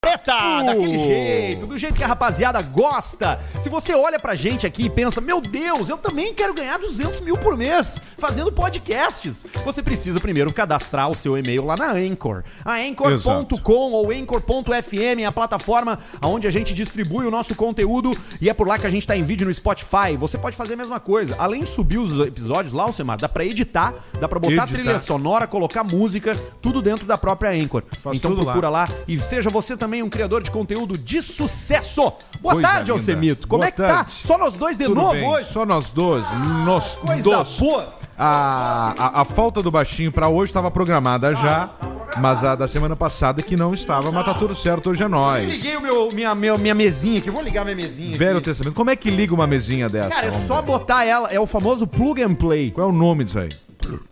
Preta, daquele jeito, do jeito que a rapaziada gosta. Se você olha pra gente aqui e pensa, meu Deus, eu também quero ganhar 200 mil por mês fazendo podcasts. Você precisa primeiro cadastrar o seu e-mail lá na Anchor. A Anchor.com ou Anchor.fm é a plataforma onde a gente distribui o nosso conteúdo e é por lá que a gente tá em vídeo no Spotify. Você pode fazer a mesma coisa. Além de subir os episódios lá, Alcemar, dá pra editar, dá pra botar Editar. trilha sonora, colocar música, tudo dentro da própria Anchor. Faz então tudo lá. procura lá lá e seja você também um criador de conteúdo de sucesso. Boa Coisa tarde, linda. Alcemito. Como Boa é que tá? tarde. Só nós dois de Tudo novo bem, hoje? Só nós dois. Nós Coisa dois. boa. A, a, a falta do baixinho pra hoje estava programada já, mas a da semana passada que não estava, mas tá tudo certo, hoje é nós. Liguei o meu, minha, minha, minha mesinha aqui. Vou ligar minha mesinha Velho aqui. Testamento, como é que liga uma mesinha dessa? Cara, é Vamos só ver. botar ela. É o famoso plug and play. Qual é o nome disso aí?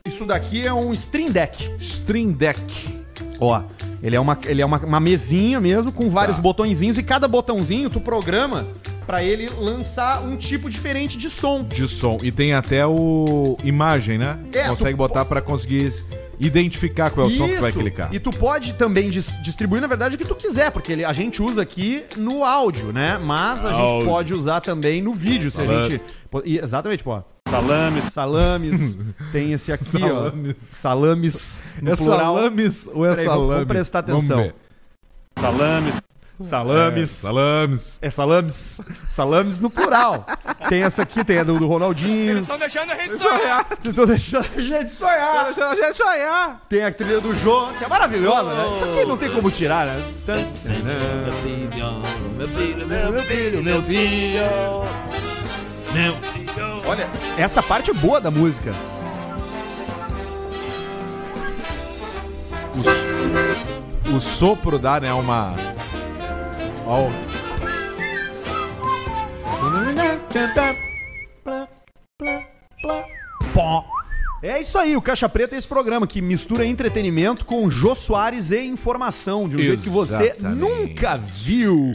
Isso daqui é um stream deck. Stream Deck. Ó, ele é uma, ele é uma, uma mesinha mesmo com Tá. vários botõezinhos e cada botãozinho tu programa pra ele lançar um tipo diferente de som. De som. E tem até o. imagem, né? É, Consegue tu- botar pra conseguir identificar qual é o som que tu vai clicar. E tu pode também dis- distribuir, na verdade, o que tu quiser, porque ele- a gente usa aqui no áudio, né? Mas a gente Áudio. pode usar também no vídeo, se a Salame. gente. pô, e- Exatamente, pô. Salames. Salames. tem esse aqui, Salames. ó. Salames. No É plural. salames ou é Peraí, vamos- salame? vamos prestar atenção. Vamos ver. Salames. É, salames. É salames. Salames no plural. tem essa aqui, tem a do, do Ronaldinho. Estão deixando a gente Vocês estão deixando a gente sonhar. Já, já sonhar. Tem a trilha do Jô, que é maravilhosa, né? Isso aqui não tem como tirar, né? Meu filho, meu filho, meu, meu filho, meu filho. Meu filho. Olha, essa parte é boa da música. O, so- o sopro dá, né? Uma. Ó. Pó. É isso aí, o Caixa Preta é esse programa que mistura entretenimento com Jô Soares e informação, de um jeito que você Exatamente. nunca viu.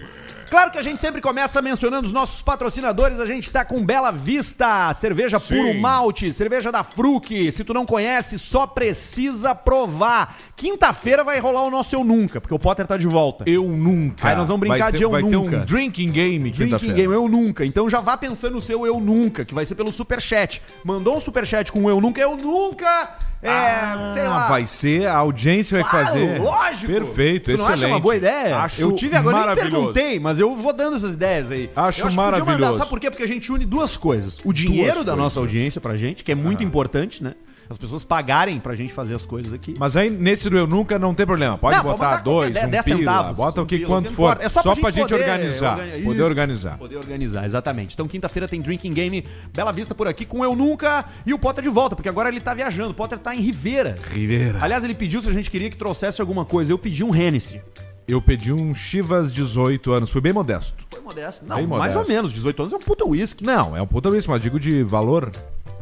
Claro que a gente sempre começa mencionando os nossos patrocinadores, a gente tá com Bela Vista, cerveja puro malte, cerveja da Fruc. Se tu não conhece, só precisa provar. Quinta-feira vai rolar o nosso Eu Nunca, porque o Potter tá de volta. Eu nunca. Aí nós vamos brincar vai de eu vai nunca. Ter um drinking game Drinking quinta-feira. Game Eu Nunca. Então já vá pensando no seu Eu Nunca, que vai ser pelo Superchat. Mandou um Superchat com Eu Nunca, Eu Nunca! É, Ah, sei lá. Vai ser, a audiência vai Claro, fazer. Lógico! Perfeito, tu não excelente. acha uma boa ideia? Acho eu tive agora, eu nem maravilhoso. perguntei, mas eu vou dando essas ideias aí. Acho eu que podia maravilhoso. Mandar, sabe por quê? Porque a gente une duas coisas. O dinheiro da coisas. Ah. nossa audiência pra gente, que é muito importante, né? As pessoas pagarem pra gente fazer as coisas aqui. Mas aí nesse do Eu Nunca não tem problema. Pode Não, pode botar botar dois, qualquer um dez pila, centavos, bota o que um pila, quanto não for. importa. É só pra gente poder organizar. organizar. Poder Isso. organizar. Poder organizar, exatamente. Então, quinta-feira tem Drinking Game, Bela Vista por aqui com Eu Nunca e o Potter de volta, porque agora ele tá viajando. O Potter tá em Rivera. Rivera. Aliás, ele pediu se a gente queria que trouxesse alguma coisa. Eu pedi um Hennessy. Eu pedi um Chivas 18 anos, fui bem modesto. Foi modesto. Não, Bem mais modesto. ou menos. 18 anos é um puta whisky. Não, é um puta isso, mas digo de valor,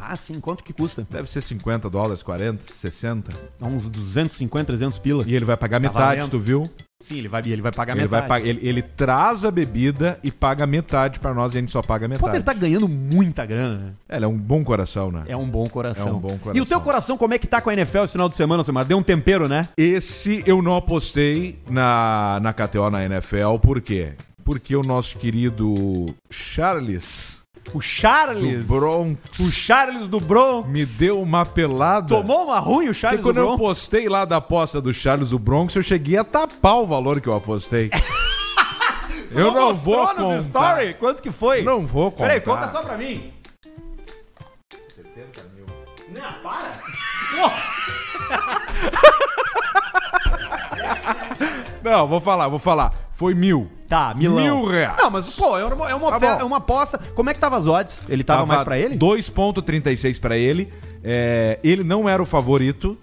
Ah, sim. Quanto que custa? deve ser 50 dólares, 40, 60. Dá uns 250, 300 pila. E ele vai pagar metade, Tá valendo. tu viu? Sim, ele vai, ele vai pagar Ele, vai pagar. pagar- ele, ele traz a bebida e paga metade pra nós e a gente só paga O Potter metade. tá ganhando muita grana, né? É, Ele é um bom coração, né? É um bom coração. É um bom coração. E o teu coração, como é que tá com a NFL esse final de semana, Semar? Deu um tempero, né? Esse eu não apostei na, na KTO, na NFL, por quê? Porque o nosso querido Charles O do Charles. Bronx O Charles do Bronx. me deu uma pelada. Tomou uma ruim o Porque Charles do quando eu Bronx. postei lá da aposta do Charles do Bronx, eu cheguei a tapar o valor que eu apostei. eu não vou mostrou nos contar. story quanto que foi? Não vou contar. Peraí, conta só pra mim. 70 mil. Não, para. Pô, Não, vou falar, vou falar. Foi mil. Tá, milão. Mil reais. Não, mas pô, é uma, é uma, Tá ofe- bom. é uma aposta. Como é que tava as odds? Ele tava, mais pra ele? Uhum. 2.36 pra ele. É, ele não era o favorito.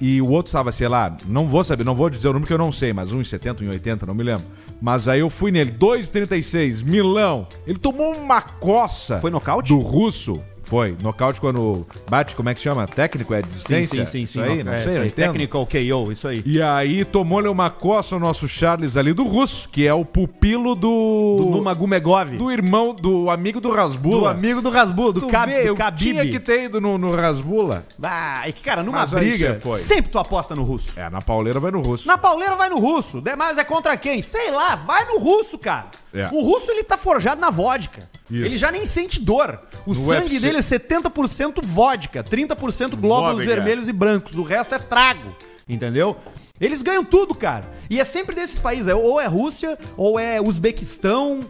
E o outro estava, sei lá, não vou saber, não vou dizer o número que eu não sei, mas 1,70, 1,80, não me lembro. Mas aí eu fui nele, 2,36, Milão. Ele tomou uma coça. Foi nocaute? Do russo. Foi, nocaute quando bate, como é que chama? Técnico é desistência? Isso aí, não é, sei, isso não aí. entendo. Technical KO, isso aí. E aí tomou-lhe uma coça o nosso Charles ali do russo, que é o pupilo do. Do Numa Gumegov. do irmão, do amigo do Rasbula. Do amigo do Rasbu, do, Tu Cab, vê, do eu Khabib. tinha que ter ido no, no Rasbula. Ah, é que, cara, numa Mas aí briga, você foi. sempre tu aposta no russo. É, na pauleira vai no russo. Na pauleira vai no russo, demais é contra quem? Sei lá, vai no russo, cara. É. O russo, ele tá forjado na vodka. Isso. Ele já nem sente dor. O No sangue UFC. dele é 70% vodka, 30% glóbulos Vodka. vermelhos e brancos, o resto é trago, entendeu? Eles ganham tudo, cara. E é sempre desses países, é- ou é Rússia, ou é Uzbequistão,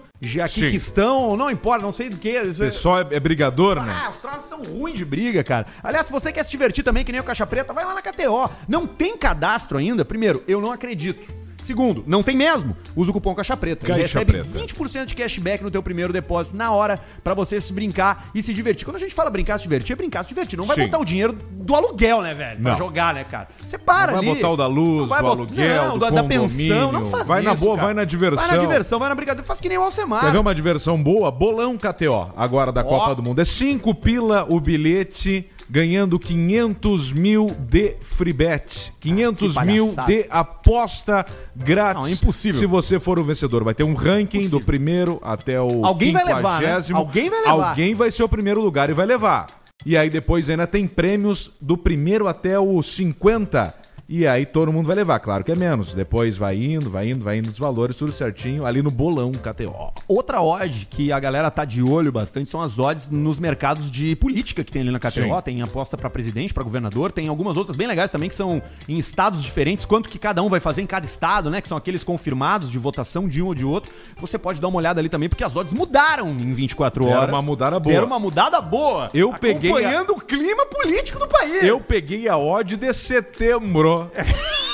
Jaquiquistão, não importa, não sei do que. O pessoal é, é brigador, né? Ah, os troços são ruins de briga, cara. Aliás, se você quer se divertir também, que nem o Caixa Preta, vai lá na KTO. Não tem cadastro ainda? Primeiro, eu não acredito. Segundo, não tem mesmo. Usa o cupom Caixa Preta. Caixa e recebe Preta. 20% de cashback no teu primeiro depósito na hora pra você se brincar e se divertir. Quando a gente fala brincar, se divertir, é brincar, se divertir. Não vai Sim. botar o dinheiro do aluguel, né, velho? Pra Não. jogar, né, cara? Você para Não vai ali. botar o da luz, Não vai do bot- aluguel, não, do da, da pensão. Não condomínio. faz Vai na isso, boa, vai na diversão. Vai na diversão, vai na brincadeira. Faz que nem o Alcemar. Quer ver uma diversão boa? Bolão KTO, agora da Copa do Mundo. É 5 pila o bilhete, ganhando 500 mil de free bet. 500 mil Ah, palhaçada. de aposta grátis. Não, é impossível. Se você for o vencedor, vai ter um ranking do primeiro até o Alguém vai levar, né? 50º. Alguém vai levar. Alguém vai ser o primeiro lugar e vai levar. E aí depois ainda tem prêmios do primeiro até o 50. E aí todo mundo vai levar, claro que é menos. Depois vai indo, vai indo, vai indo os valores, tudo certinho, ali no bolão KTO. Outra odd que a galera tá de olho bastante são as odds nos mercados de política que tem ali na KTO. Sim. Tem aposta pra presidente, pra governador, tem algumas outras bem legais também que são em estados diferentes, quanto que cada um vai fazer em cada estado, né? Que são aqueles confirmados de votação de um ou de outro. Você pode dar uma olhada ali também, porque as odds mudaram em 24 Deram horas. uma mudada boa. Deram uma mudada boa. Eu peguei a- Acompanhando o clima político do país. Eu peguei a odd de setembro.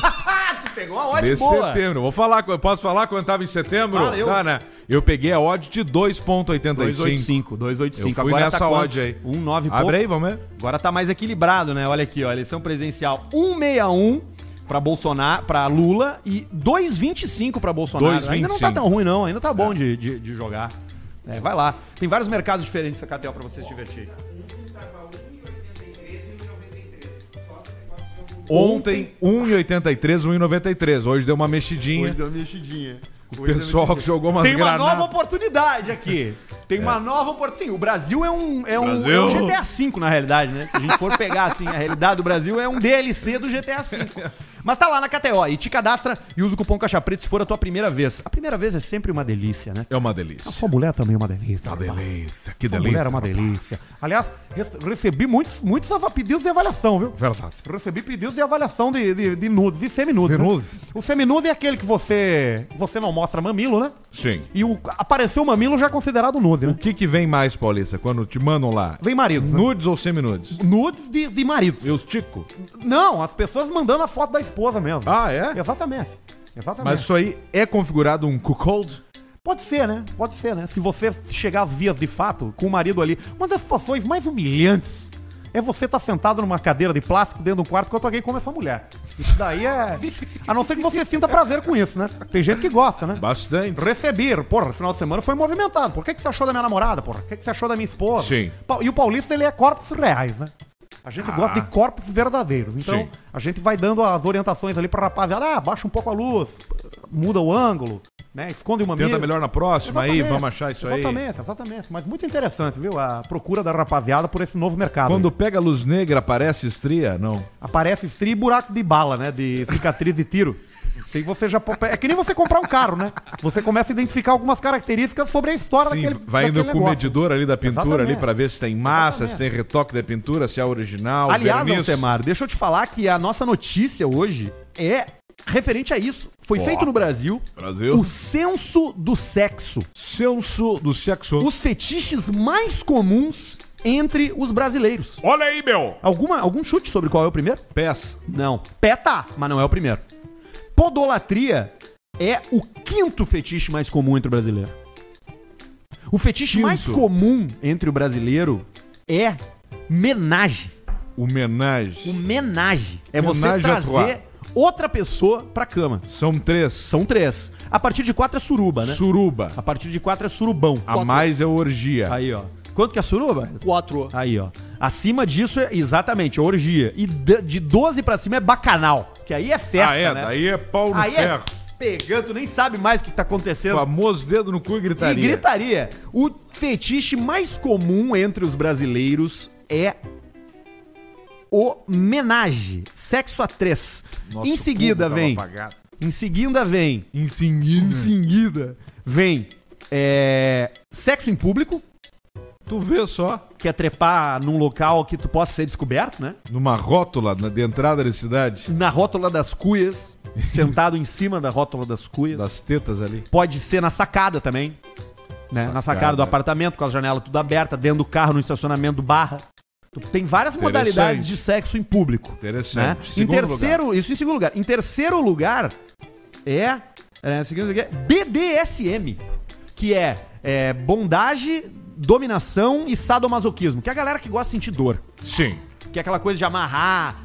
Ah, tu pegou a odd De É boa. setembro. Vou falar, eu posso falar quando tava em setembro? Fala, eu- Tá, né? Eu peguei a odd de 2.85. 285, 285. Eu fui nessa quanto? odd aí. Um nove e pouco. Abre aí, vamos ver. Agora tá mais equilibrado, né? Olha aqui, ó, eleição presidencial 161 pra Bolsonaro, para Lula e 225 pra Bolsonaro. Ainda não tá 2,25. tão ruim não, ainda tá bom de, de, de jogar. É, vai lá. Tem vários mercados diferentes da KTO pra você se divertir. Ontem, 1,83, 1,93. Hoje deu uma mexidinha. da mexidinha. O pessoal que jogou umas Tem uma granadas. nova oportunidade aqui. Tem uma nova oportunidade. Sim, o Brasil é um, é, um, Brasil. é um GTA V, na realidade, né? Se a gente for pegar assim, a realidade do Brasil é um DLC do GTA V. Mas tá lá na KTO. E te cadastra e usa o cupom Caixa Preta se for a tua primeira vez. A primeira vez é sempre uma delícia, né? É uma delícia. A sua mulher também é uma delícia. Uma rapaz. delícia. Que Sua Tá delícia. mulher é uma rapaz. delícia. Aliás, rece- recebi muitos, muitos ava- pedidos de avaliação, viu? Verdade. Recebi pedidos de avaliação de, de, de nudes e seminudes. De né? nudes. O seminude é aquele que você você não mostra mamilo, né? Sim. E o, apareceu o mamilo já é considerado nude, né? O que que vem mais, Paulista, quando te mandam lá? Vem marido. né? Nudes ou seminudes? Nudes de, de marido. Eu estico. Não, as pessoas mandando a foto da esposa mesmo. Ah, é? Exatamente. Exatamente. Mas isso aí é configurado um cuckold? Pode ser, né? Pode ser, né? Se você chegar às vias de fato com o marido ali. Uma das situações mais humilhantes é você estar sentado numa cadeira de plástico dentro de um quarto enquanto alguém come a sua mulher. Isso daí é. A não ser que você sinta prazer com isso, né? Tem gente que gosta, né? Bastante. Receber, porra, o final de semana foi movimentado. Por que, que você achou da minha namorada, porra? O que, que você achou da minha esposa? Sim. Ah. Pa- E o paulista, ele é corpos reais, né? A gente gosta de corpos verdadeiros. Então, Sim. a gente vai dando as orientações ali pra rapaziada. Ah, baixa um pouco a luz, muda o ângulo, né? Esconde uma Tenta melhor na próxima aí, vamos achar isso aí. Exatamente, exatamente. Mas muito interessante, viu? A procura da rapaziada por esse novo mercado. Quando aí. pega luz negra, aparece estria? Não. Aparece frio e buraco de bala, né? De cicatriz e tiro. Tem você já po- é que nem você comprar um carro, né? Você começa a identificar algumas características sobre a história Sim, daquele vai indo daquele com o negócio. medidor ali da pintura ali Exatamente. pra ver se tem massa, Exatamente. se tem retoque da pintura, se é original, Aliás, verniz. Alcemar, deixa eu te falar que a nossa notícia hoje é referente a isso. Foi Ó. feito no Brasil, Brasil. o censo do sexo. senso do sexo. Os fetiches mais comuns entre os brasileiros. Olha aí, meu! Alguma, algum chute sobre qual é o primeiro? Pés. Não. Pé tá, mas não é o primeiro. Podolatria é o quinto fetiche mais comum entre o brasileiro. O fetiche mais Quinto. comum entre o brasileiro é menagem. Homenagem. Homenagem. É você Homenage à trazer outra pessoa pra cama. São três. São três. A partir de quatro é suruba, né? Suruba. A partir de quatro é surubão. A Quatro- mais é orgia. Aí, ó. Quanto que é suruba? Quatro. Aí, ó. Acima disso, é exatamente, é orgia. E da- de 12 pra cima é bacanal. Que aí é festa, ah, é, né? daí é pau no Aí é ferro. pegando, tu nem sabe mais o que tá acontecendo. Famoso dedo no cu e gritaria. E gritaria. O fetiche mais comum entre os brasileiros é homenagem, sexo a três. Nossa, em o cu seguida tava vem, apagado. em seguida vem, Em seguida. em seguida vem é, sexo em público, Tu vê só, que é trepar num local que tu possa ser descoberto, né? numa rótula na- de entrada da cidade, Na rótula das cuias, sentado em cima da rótula das cuias. das tetas ali. Pode ser na sacada também. Né? Na sacada Sacada. do apartamento, com as janelas tudo aberta, dentro do carro, no estacionamento do barra. Tem várias Interessante. modalidades de sexo em público. Né? Interessante. Em Segundo terceiro, isso em segundo lugar. Em terceiro lugar é, é, segundo lugar, BDSM, que é, é bondage, dominação e sadomasoquismo, que é a galera que gosta de sentir dor, lugar. Sim, que é aquela coisa de amarrar,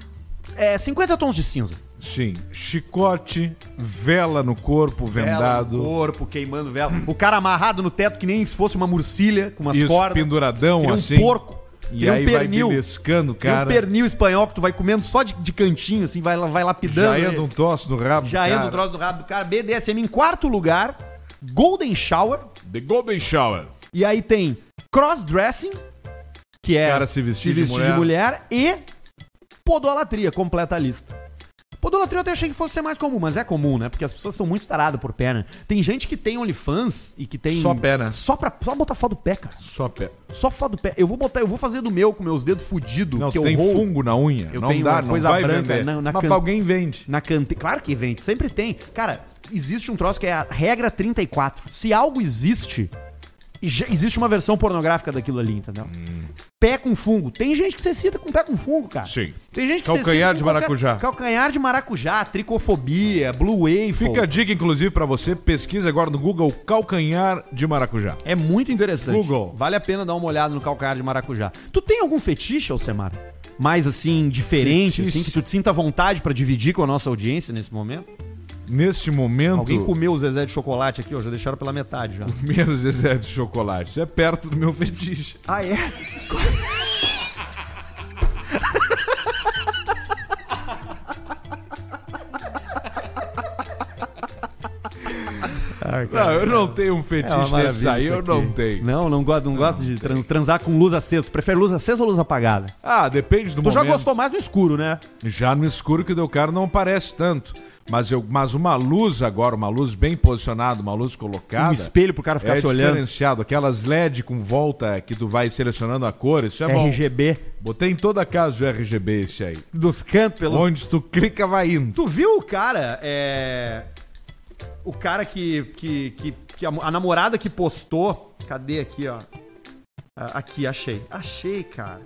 é 50 tons de cinza. sim. Chicote, vela no corpo, Vela vendado. no corpo, queimando vela. O cara amarrado no teto que nem se fosse uma murcilha com umas isso, cordas. penduradão Que nem um assim. porco. que E nem aí um vai né? pernil. beliscando, Que nem cara. um pernil espanhol que tu vai comendo só de, de cantinho, assim, vai, lá- vai lapidando. já né? entra um tosse no rabo. Já entra um o troço do rabo do cara. BDSM em quarto lugar, Golden Shower. The Golden Shower. E aí tem Crossdressing, que é Cara se vestir de de mulher, e Podolatria, completa a lista. Podolatria eu até achei que fosse ser mais comum, mas é comum, né? Porque as pessoas são muito taradas por pé, né? Tem gente que tem OnlyFans e que tem. Só pé, né? Só, pra, só botar foto do pé, cara. Só pé. Só foto do pé. Eu vou botar, eu vou fazer do meu com meus dedos fudidos, Não, que eu tem roubo. fungo na unha. Eu não tenho dá, uma não coisa vai branca vender. na- na Mas can- pra alguém vende. Na cante... Claro que vende, sempre tem. Cara, existe um troço que é a regra 34. Se algo existe, já existe uma versão pornográfica daquilo ali, entendeu? Hum. Pé com fungo. Tem gente que se excita com pé com fungo, cara. Sim. Tem gente que se excita Calcanhar de com qualquer- maracujá. Calcanhar de maracujá, tricofobia, blue wave. Fica a dica, inclusive, pra você. Pesquisa agora no Google calcanhar de maracujá. É muito interessante. Google. Vale a pena dar uma olhada no calcanhar de maracujá. Tu tem algum fetiche, Alcemar? Mais assim, diferente, Fetiche? assim, que tu te sinta à vontade pra dividir com a nossa audiência nesse momento? Neste momento, Alguém comeu o Zezé de chocolate aqui, ó. Já deixaram pela metade já. menos Zezé de chocolate. Isso é perto do meu fetiche. Ah, é? Não, eu É não tenho um fetiche desse aí, eu não tenho. Não, não gosto, não gosto de trans- transar com luz acesa. Tu prefere luz acesa ou luz apagada? Ah, depende do Tu já momento. gostou mais no escuro, né? Já no escuro que o deu cara não aparece tanto. Mas, eu, mas uma luz agora, uma luz bem posicionada, uma luz colocada. Um espelho pro cara ficar é se olhando. diferenciado. Aquelas LED com volta que tu vai selecionando a cor, isso é bom. RGB. Botei em toda a casa o RGB esse aí. Dos cantos, pelos... Onde tu clica vai indo. Tu viu o cara, é... O cara que... que, que, que a, a namorada que postou... Cadê aqui, ó? Ah, Aqui, achei. Achei, cara.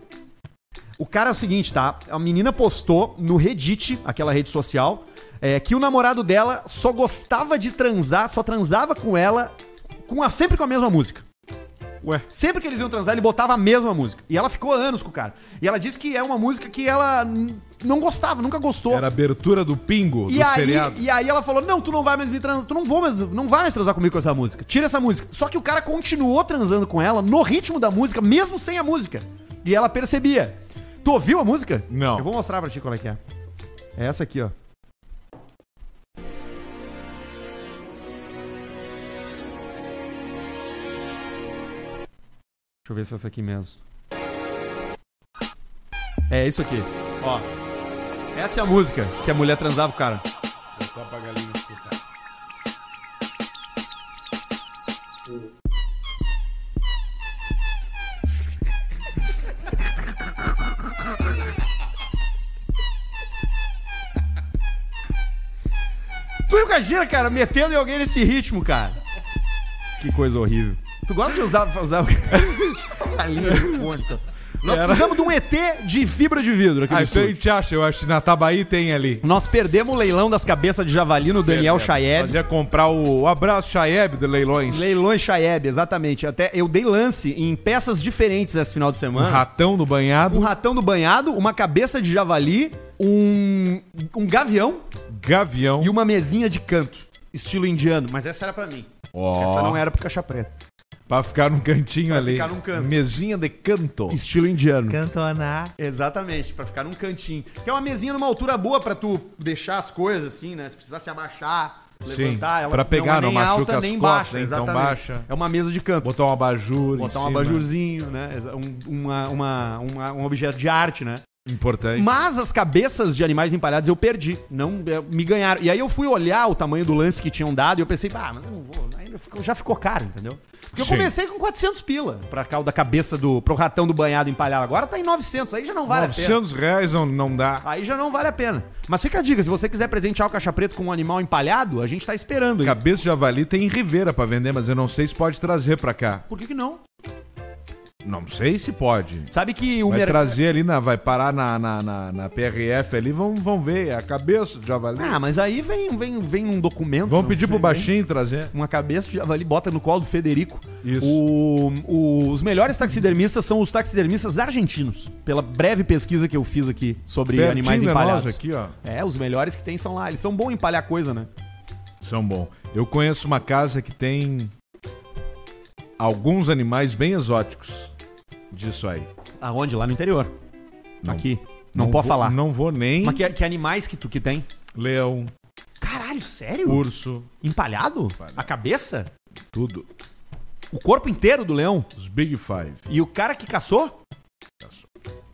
O cara é o seguinte, tá? A menina postou no Reddit, aquela rede social, é, que o namorado dela só gostava de transar, só transava com ela com a, sempre com a mesma música. Ué. Sempre que eles iam transar, ele botava a mesma música. E ela ficou anos com o cara. E ela disse que é uma música que ela n- não gostava, nunca gostou. Era a abertura do pingo, E do aí, seriado. e aí ela falou: Não, tu não vai mais me transar, tu não, vou mais, não vai mais transar comigo com essa música. Tira essa música. Só que o cara continuou transando com ela no ritmo da música, mesmo sem a música. E ela percebia. Tu ouviu a música? Não. Eu vou mostrar pra ti qual é que é. É essa aqui, ó. Deixa eu ver se é essa aqui mesmo. É isso aqui. Ó. Essa é a música que a mulher transava com o cara. Tu imagina, cara, metendo em alguém nesse ritmo, cara. Que coisa horrível. Tu gosta de usar. usar... a linha de fone, cara. Tá Nós Era. precisamos de um ET de fibra de vidro aqui no Ah, isso a estúdio. gente acha, eu acho que na Tabaí tem ali. Nós perdemos o leilão das cabeças de javali no Daniel Chaeb. Nós ia é comprar o, o abraço Chaeb de Leilões. Leilões Chaeb, exatamente. Até eu dei lance em peças diferentes esse final de Um semana. ratão no banhado. um ratão do banhado, uma cabeça de javali, um, um gavião Gavião. e uma mesinha de canto, estilo indiano. Mas essa era pra mim. Ó, Essa não era pro caixa preta. Pra ficar num cantinho ali. ficar num canto. Mesinha de canto. Estilo indiano. Cantonar. Exatamente, pra ficar num cantinho. Que é uma mesinha numa altura boa pra tu deixar as coisas assim, né? Se precisar se abaixar, levantar, ela pra pegar, é não machuca as costas, né? Então exatamente. baixa. É uma mesa de campo. Botar um abajur. Botar em um cima. abajurzinho, né? Exa- Um, uma- uma- uma- um objeto de arte, né? Importante. Mas as cabeças de animais empalhadas eu perdi. Não é, me ganharam. E aí eu fui olhar o tamanho do lance que tinham dado e eu pensei, ah, mas eu não vou. Aí ficou- já ficou caro, entendeu? Porque eu Sim. comecei com 400 pila pra cá, o da cabeça do. pro ratão do banhado empalhado. Agora tá em 900, aí já não vale a pena. 900 reais não, não dá. Aí já não vale a pena. Mas fica a dica: se você quiser presentear o caixa preto com um animal empalhado, a gente tá esperando. hein? Cabeça de javali tem em Rivera pra vender, mas eu não sei se pode trazer pra cá. Por que, que não? Não sei se pode. Sabe que o Vai mercado. trazer ali, na, vai parar na, na, na, na PRF ali, vão, vão ver a cabeça de javali. Ah, mas aí vem, vem, vem um documento. vão não pedir sei, pro né? baixinho trazer. uma cabeça de javali, bota no colo do Federico. Isso. O- o- os melhores taxidermistas são os taxidermistas argentinos, pela breve pesquisa que eu fiz aqui sobre Pertinho animais de nós empalhados. aqui, ó. É, os melhores que tem são lá. Eles são bons em empalhar coisa, né? São bom. Eu conheço uma casa que tem alguns animais bem exóticos disso aí. Aonde? Lá no interior. aqui. Não, Não, pode vou- falar. Não vou nem. Mas que, que animais que tu que tem? Leão, Caralho, sério? urso, Empalhado? A cabeça? tudo. O corpo inteiro do leão? Os Big Five. E o cara que caçou?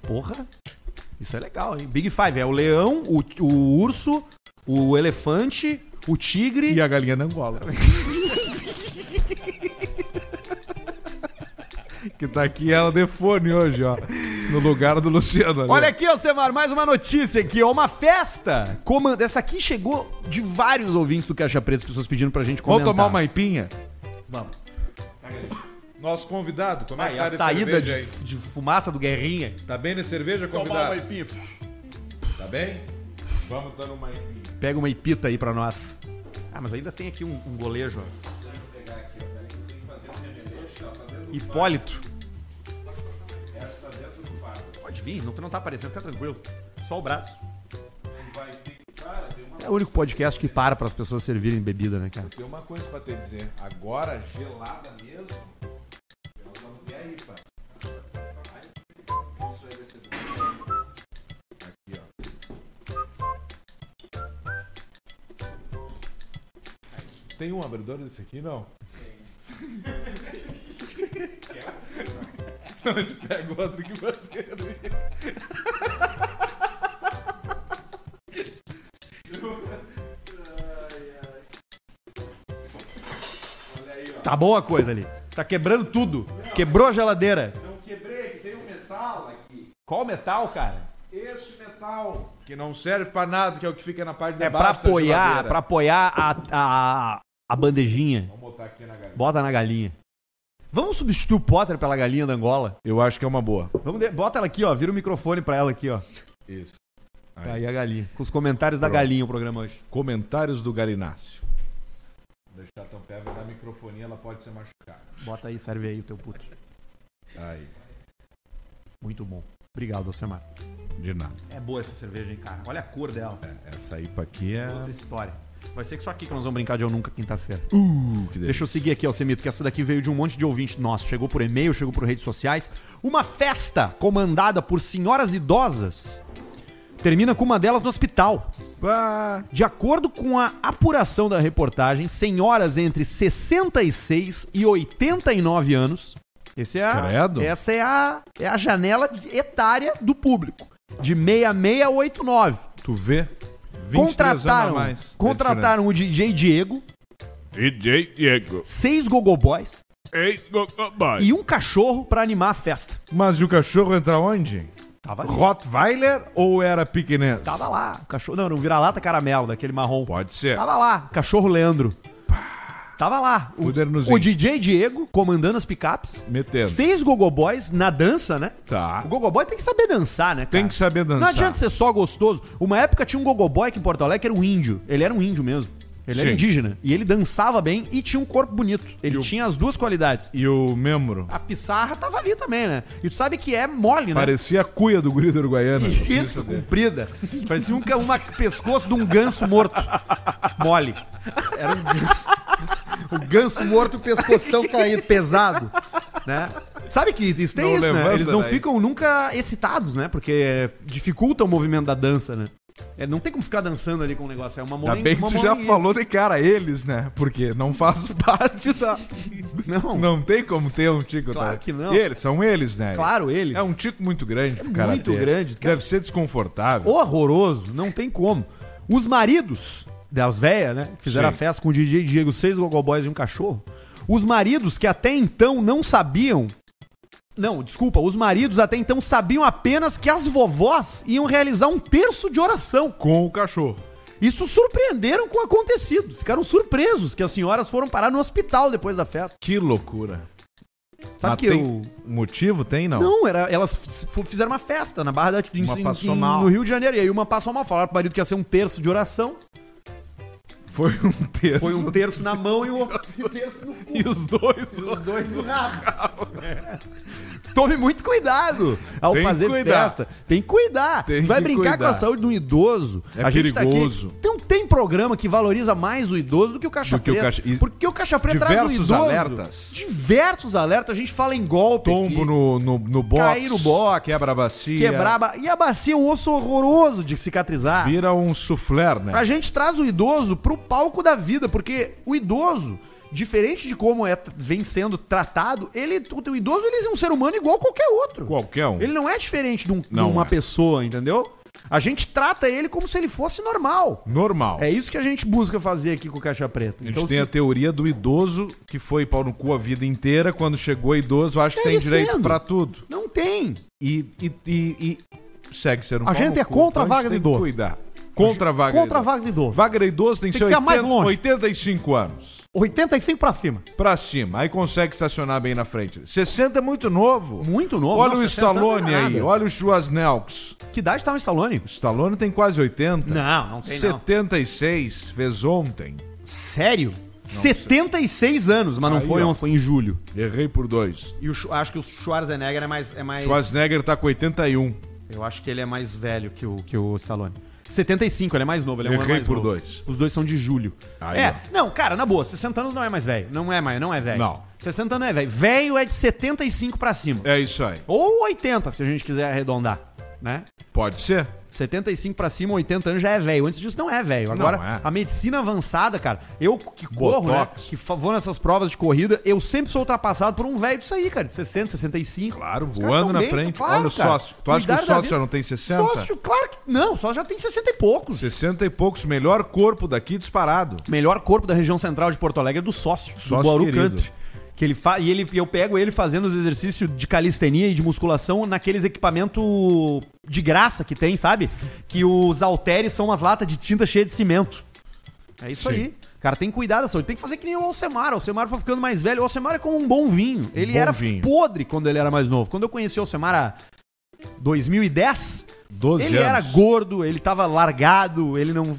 Porra. Isso é legal, hein? Big Five. É o leão, o, o urso, o elefante, o tigre. E a galinha da Angola. que tá aqui ela de fone hoje, ó. No lugar do Luciano. ali, Olha ó. aqui, ó, Semar, mais uma notícia aqui, ó. Uma festa. Comand... Essa aqui chegou de vários ouvintes do Caixa Preto, pessoas pedindo pra gente Vamos comentar. tomar uma ipinha? Vamos. Nosso convidado, como Ah, que e tá a de saída cerveja de, aí? de fumaça do Guerrinha. Tá bem de cerveja, convidado? Tá bem? Vamos dando uma ipinha. Pega uma ipita aí pra nós. Ah, mas ainda tem aqui um, um golejo, ó. Hipólito. Pode vir, não, não tá aparecendo, fica tranquilo. Só o braço. É o único podcast que para pras pessoas servirem bebida, né, cara? Tem uma coisa pra te dizer. Agora, gelada mesmo. nós vamos ver aí, pá. Isso aí vai ser bom. Aqui, ó. Tem um abridor desse aqui, não? Tem. Não, a gente pega outro que você ali. Tá boa a coisa ali. Tá quebrando tudo. Quebrou a geladeira. Não quebrei, que tem um metal aqui. Qual metal, cara? Esse metal. Que não serve pra nada, que é o que fica na parte de É pra baixo da apoiar, geladeira. pra apoiar a, a, a bandejinha. Vamos botar aqui na galera. Bota na galinha. Vamos substituir o Potter pela galinha da Angola? Eu acho que é uma boa. Vamos de- Bota ela aqui, ó. Vira o microfone pra ela aqui, ó. Isso. Tá aí a galinha. Com os comentários da galinha o programa hoje. Comentários do Galinácio. Deixar tão pé, vai dar microfonia, ela pode ser machucada. Bota aí, serve aí o teu puto. Aí, Muito bom. Obrigado, Alcemar. de nada. É boa essa cerveja, hein, cara? Olha a cor dela. É, essa IPA aqui é. Outra história. Vai ser que só aqui que nós vamos brincar de Eu Nunca quinta-feira. Uh, que Deixa eu seguir aqui, Alcemito, que essa daqui veio de um monte de ouvinte nosso. Chegou por e-mail, chegou por redes sociais. Uma festa comandada por senhoras idosas termina com uma delas no hospital. Pá. De acordo com a apuração da reportagem, senhoras entre 66 e 89 anos. Esse é a, Credo. Essa é a, é a janela de- etária do público. De 66 a 89. Tu vê? 23 Contrataram, anos a mais. Tá contrataram o DJ Diego, DJ Diego. seis gogoboys Ei, e um cachorro pra animar a festa. Mas e o cachorro entra onde? Tava ali. Rottweiler ou era pequenês? Tava É. lá. O cachorro. Não, era um vira-lata caramelo, daquele marrom. Pode ser. Tava lá. Cachorro Leandro. Tava lá. O, Modernozinho. o DJ Diego comandando as picapes. Metendo. Seis gogoboys na dança, né? Tá. O gogoboy tem que saber dançar, né, cara? Tem que saber dançar. Não adianta ser só gostoso. Uma época tinha um gogoboy aqui em Porto Alegre que era um índio. Ele era um índio mesmo. Ele era Sim. indígena. E ele dançava bem e tinha um corpo bonito. Ele E o- tinha as duas qualidades. E o membro? A pissarra tava ali também, né? E tu sabe que é mole, né? Parecia a cuia do guri do Uruguaiana. né? Isso, comprida. Parecia um, ca- uma pescoço de um ganso morto. Mole. Era um ganso. O ganso morto, o pescoção caído, pesado. Né? Sabe que isso tem Não isso, né? levanta Eles não daí. ficam nunca excitados, né? Porque dificulta o movimento da dança, né? É, não tem como ficar dançando ali com o negócio. É uma Ainda bem que uma tu já molenguice. falou de cara eles, né? Porque não faço parte da. Não, Não tem como ter um tico. Claro tá? que não. Eles são eles, né? Claro, eles. É um tico muito grande. pro cara muito ter. grande, cara. Deve ser desconfortável. horroroso, não tem como. Os maridos das velhas, né? que Fizeram Sim. a festa com o DJ Diego, seis gogoboys e um cachorro. Os maridos que até então não sabiam. Não, desculpa, os maridos até então sabiam apenas que as vovós iam realizar um terço de oração. Com o cachorro. Isso surpreenderam com o acontecido. Ficaram surpresos que as senhoras foram parar no hospital depois da festa. Que loucura. Sabe Mas que tem um eu. Motivo tem, não? Não, era, elas f- f- fizeram uma festa na Barra da em, Uma em- passou em- mal. no Rio de Janeiro. E aí uma passou mal. Falaram pro marido que ia ser um terço de oração. Foi um terço. Foi um terço na mão e um outro e um terço no cu. E os dois. Os dois no rabo. Tome muito cuidado ao Tem que fazer cuidar. festa. Tem que cuidar. Tem Vai que brincar cuidar. com a saúde do idoso. É a gente perigoso. Tá aqui. Não tem programa que valoriza mais o idoso do que o Caixa Do que o Preta. Caixa- e- Porque o Caixa Preta traz o Diversos idoso. alertas. Diversos alertas. A gente fala em golpe. Tombo no, no, no box. Cair no box. Quebra a bacia. Quebrar a ba- E a bacia é um osso horroroso de cicatrizar. Vira um soufflé, né? A gente traz o idoso pro palco da vida, porque o idoso, diferente de como é, vem sendo tratado, ele, o, o idoso ele é um ser humano igual qualquer outro. Qualquer um. Ele não é diferente de, um- de Não uma é. pessoa, entendeu? A gente trata ele como se ele fosse normal. Normal. É isso que a gente busca fazer aqui com o Caixa Preta. Então, A gente tem a teoria do idoso que foi pau no cu a vida inteira. Quando chegou idoso, acho que Segue tem direito sendo. pra tudo. Não tem. E, e, e, e segue sendo um A pau gente no é cu, contra então a gente vaga tem do que idoso. Cuidar. Contra a vaga do Contra a idoso. vaga de idoso. Vaga do idoso tem, Tem ser que ser a mais 80 longe. 85 anos. 85 pra cima. Pra cima. Aí consegue estacionar bem na frente. 60 é muito novo. Muito novo. Olha Nossa, o 60 não é Stallone aí. nada. Olha o Schwarzenegger. Que idade tá o Stallone? O Stallone tem quase 80. Não, não tem, não. 76 fez ontem. Sério? 76 anos, mas não Aí, foi ó. ontem, foi em julho. Errei por dois. E o Sch- acho que o Schwarzenegger é mais, é mais. Schwarzenegger tá com 81. Eu acho que ele é mais velho que o, que o Stallone. 75, ele é mais novo, ele é um ano Errei mais por novo. dois. Os dois são de julho. Aí, é, não, cara, na boa, 60 anos não é mais velho. Não é mais, não é velho. Não. 60 anos não é velho. Velho é de 75 pra cima. É isso aí. Ou 80, se a gente quiser arredondar, né? Pode ser? 75 pra cima, 80 anos já é velho. Antes disso não é velho. Agora, é. a medicina avançada, cara, eu que corro, né, Botox. que fa- vou nessas provas de corrida, eu sempre sou ultrapassado por um velho disso aí, cara, de 60, 65. Claro, Os voando caras tão na bem, frente. tão- claro, Olha o cara. sócio. Tu acha que o Cuidaram da sócio vida. já não tem 60? Sócio, claro que não. O sócio já tem 60 e poucos. 60 e poucos, melhor corpo daqui disparado. Melhor corpo da região central de Porto Alegre é do sócio, Sócio do Guaru querido. Country. Que ele fa... E ele, e eu pego ele fazendo os exercícios de calistenia e de musculação naqueles equipamento de graça que tem, sabe? Que os halteres são umas latas de tinta cheia de cimento. É isso Sim. aí. Cara, tem que cuidar da saúde. Tem que fazer que nem o Alcemar. O Alcemar foi ficando mais velho. O Alcemar é como um bom vinho. Ele Bom era vinho. podre quando ele era mais novo. Quando eu conheci o Alcemar há 2010, 12 ele anos. era gordo, ele tava largado, ele não...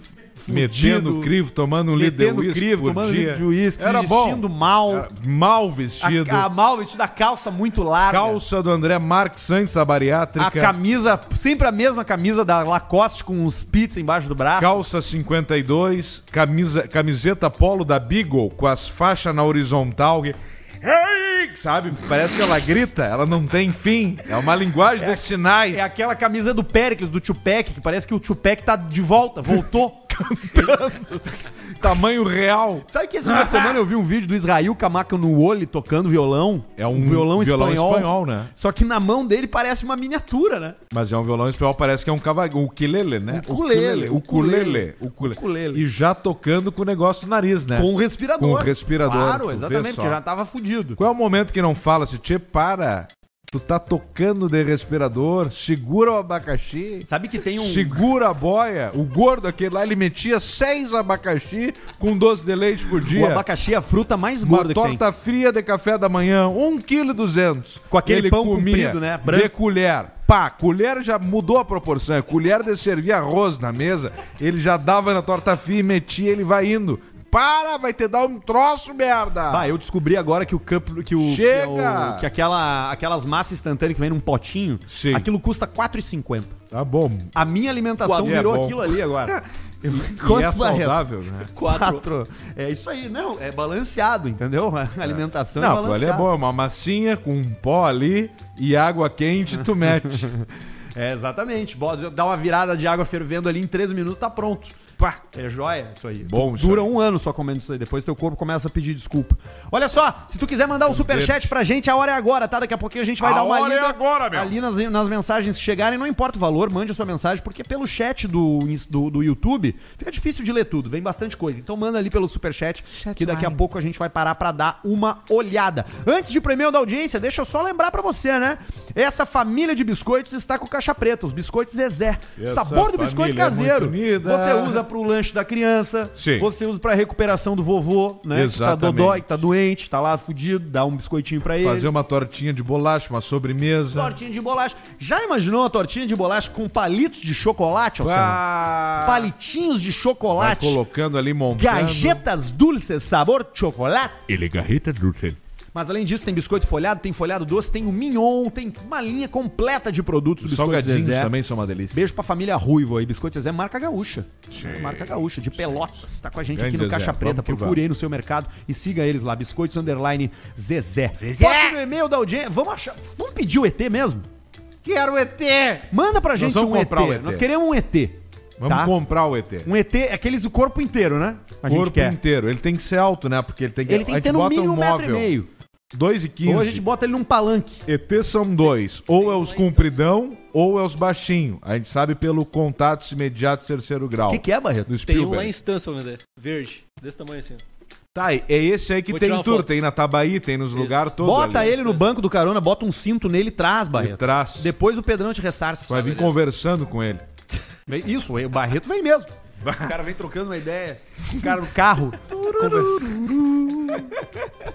Metendo fudido. crivo, tomando um litro de Metendo uísque crivo, por tomando um dia. litro de uísque, se Era vestindo bom. mal. Era mal vestido. A, a mal vestida, a calça muito larga. Calça do André Marques Santos, a A bariátrica. camisa, sempre a mesma camisa da Lacoste com os pits embaixo do braço. Calça 52, camisa, camiseta polo da Beagle com as faixas na horizontal. que- Ei! Sabe? Parece que ela grita, ela não tem fim. É uma linguagem dos sinais. É aquela camisa do Péricles, do Tupac, que parece que o Tupac tá de volta, voltou. Tamanho real. Sabe que esse final de semana eu vi um vídeo do Israel Camaca no olho tocando violão? É um violão espanhol, né? Só que na mão dele parece uma miniatura, né? Mas é um violão espanhol, parece que é um cavaco. O ukulele, né? Ukulele, O ukulele. ukulele. ukulele. Ukulele. E já tocando com o negócio no nariz, né? Com o respirador. Com o respirador, tu Claro, vê exatamente, só. porque já tava fudido. Qual é o momento que não fala se te para Tu tá tocando de respirador, segura o abacaxi. Sabe que tem um. Segura a boia. O gordo aquele lá, ele metia seis abacaxi com doce de leite por dia. O abacaxi é a fruta mais Uma gorda que tem. torta fria de café da manhã, 1,2kg. Com aquele pão comprido, né? Branco. De colher. Pá, colher já mudou a proporção. É Colher de servir arroz na mesa, ele já dava na torta fria e metia, ele vai indo. Para, vai te dar um troço, merda! Bah, Ah, eu descobri agora que o campo. Que o, Chega! Que, é o- que aquela, aquelas massas instantâneas que vem num potinho, Sim. aquilo custa R$4,50. Tá bom. A minha alimentação Quatro. virou É bom. aquilo ali agora. e é Quanto, Barreto? saudável, né? Quatro. É isso aí, não. É balanceado, entendeu? A alimentação é Não, aquilo ali balanceada. é bom, é uma massinha com um pó ali e água quente, tu mete. É, exatamente. Bota- Dá uma virada de água fervendo ali em 13 minutos, tá pronto. Pá. É joia isso aí. Bom Tu- isso Dura aí. um ano só comendo isso aí. Depois teu corpo começa a pedir desculpa. Olha só, se tu quiser mandar um superchat pra gente, a hora é agora, tá? Daqui a pouquinho a gente vai A dar uma hora é lida agora, meu. ali nas, nas mensagens que chegarem. Não importa o valor, mande a sua mensagem, porque pelo chat do, ins- do, do YouTube fica difícil de ler tudo. Vem bastante coisa. Então manda ali pelo superchat, que daqui a pouco a gente vai parar pra dar uma olhada. Antes de ir pro e-mail da audiência, deixa eu só lembrar pra você, né? Essa família de biscoitos está com caixa preta, os biscoitos Zezé. Essa Sabor do biscoito família é caseiro. muito unida. Você usa pro lanche da criança, Sim. você usa pra recuperação do vovô, né? Que tá Exatamente. dodói, que tá doente, tá lá fudido, dá um biscoitinho pra ele. Fazer uma tortinha de bolacha, uma sobremesa. Tortinha de bolacha. Já imaginou uma tortinha de bolacha com palitos de chocolate, Alcema? Pá. Ah. Palitinhos de Vai chocolate. colocando ali, montando. Gajetas dulces sabor chocolate. Ele garreta dulce. Mas além disso, tem biscoito folhado, tem folhado doce, tem o mignon, tem uma linha completa de produtos do Biscoito Salgadinhos Zezé. também são uma delícia. Beijo pra família Ruivo aí. Biscoito Zezé, marca gaúcha. Marca gaúcha, de Pelotas. Tá com a gente Grande aqui no Zezé, Caixa vamos Preta. que Procure aí no seu mercado e siga eles lá. Biscoitos Underline Zezé. Zezé! Posso ir no e-mail da audiência? Vamos achar. Vamos pedir o ET mesmo? Quero ET! Manda pra gente vamos um ET. comprar o ET. Nós queremos um ET. Vamos tá? comprar o ET. Um ET, é aqueles o corpo inteiro, né? A gente corpo quer. inteiro. Ele tem que ser alto, né? Porque ele tem que Ele tem que ter no mínimo um metro e meio. 2 e 15. Ou a gente bota ele num palanque. ET são dois. Ou é os compridão, ou é os baixinho. A gente sabe pelo contato imediato terceiro grau. O que, que é, Barreto? Do Tem um lá Spielberg. em Stans pra vender. Verde. Desse tamanho assim. ó. Tá, é esse aí que Vou tem tirar em uma tudo. foto. Tem na Tabaí, tem nos lugares todos. Bota ali. ele no banco do carona, bota um cinto nele e traz, Barreto. traz. Depois o Pedrão te ressarce. Vai vir conversando com ele. Vem- Isso, o Barreto vem mesmo. O cara vem trocando uma ideia. O cara no carro. conversa.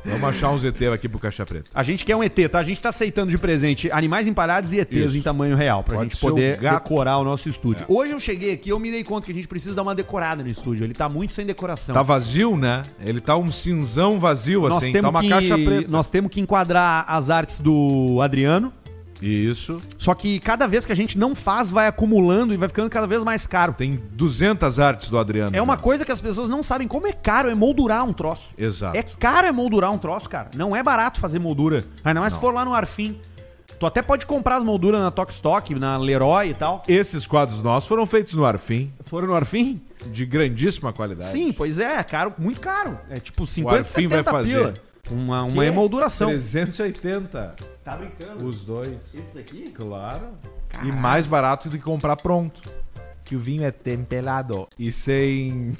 Vamos achar uns ET aqui pro Caixa Preta. A gente quer um ET, tá? A gente tá aceitando de presente animais empalhados e ETs Isso. em tamanho real, pra Pode gente ser o poder gato. É. decorar o nosso estúdio. Hoje eu cheguei aqui eu me dei conta que a gente precisa dar uma decorada no estúdio. Ele tá muito sem decoração. Tá vazio, né? Ele tá um cinzão vazio, nós, assim. temos tá uma que, caixa preta. nós temos que enquadrar as artes do Adriano. Isso. Só que cada vez que a gente não faz, vai acumulando e vai ficando cada vez mais caro. Tem 200 artes do Adriano. É uma né? coisa que as pessoas não sabem como é caro é moldurar um troço. Exato. É caro é moldurar um troço, cara. Não é barato fazer moldura. Ainda mais se for lá no Arfim. Tu até pode comprar as molduras na Tokstok, na Leroy e tal. Esses quadros nossos foram feitos no Arfim, Foram no Arfim? de grandíssima qualidade. Sim, pois é, é caro, muito caro. É tipo 50, Arfim 70 vai fazer. pila. Uma, uma Que? emolduração. 380. Tá brincando? Os dois. Esse aqui? Claro. E mais barato do que comprar pronto. Que o vinho é temperado e sem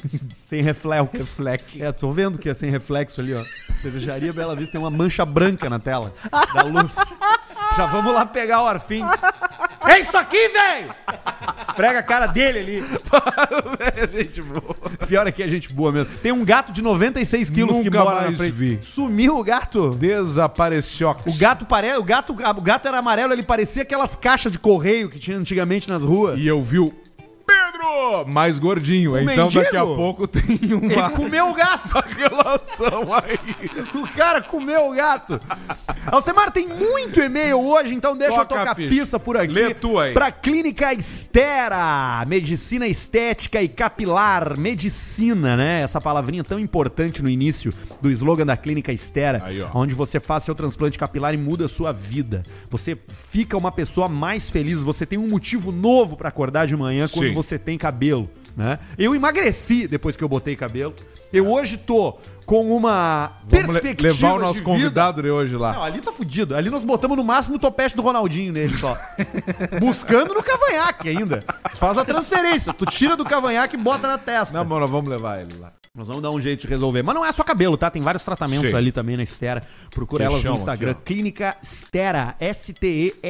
Sem reflexo. reflexo. É, tô vendo que é sem reflexo ali, ó. Cervejaria Bela Vista tem uma mancha branca na tela da luz. Já vamos lá pegar o Arfim. É isso aqui, velho! Esfrega a cara dele ali. Pior é que é gente boa mesmo. Tem um gato de 96 quilos que Nunca mora na mais frente. vi. Sumiu o gato. Desapareceu. O gato, pare... o, gato, o gato era amarelo, ele parecia aquelas caixas de correio que tinha antigamente nas ruas. E eu vi o Pedro mais gordinho. então mendigo? daqui a pouco tem uma Ele comeu o gato. relação aí. O cara comeu o gato. Alcemar, tem muito e-mail hoje, então deixa Toca eu tocar a a ficha. pista por aqui. Lê tu aí. Pra Clínica Estera, medicina estética e capilar. Medicina, né? Essa palavrinha tão importante no início do slogan da Clínica Estera, Aí, ó. onde você faz seu transplante capilar e muda a sua vida. Você fica uma pessoa mais feliz, você tem um motivo novo pra acordar de manhã quando Sim. você você tem cabelo, né? Eu emagreci depois que eu botei cabelo. Eu hoje tô com uma Vamos le- perspectiva levar o de nosso vida. convidado de hoje lá. Não, ali tá fudido. Ali nós botamos no máximo o topete do Ronaldinho nele só. Buscando no cavanhaque ainda. Faz a transferência. Tu tira do cavanhaque e bota na testa. Não, mas nós vamos levar ele lá. Nós vamos dar um jeito de resolver. Mas não é só cabelo, tá? Tem vários tratamentos Sim. ali também na Estera. Procura elas no Queixão Instagram. aqui, Clínica Stera.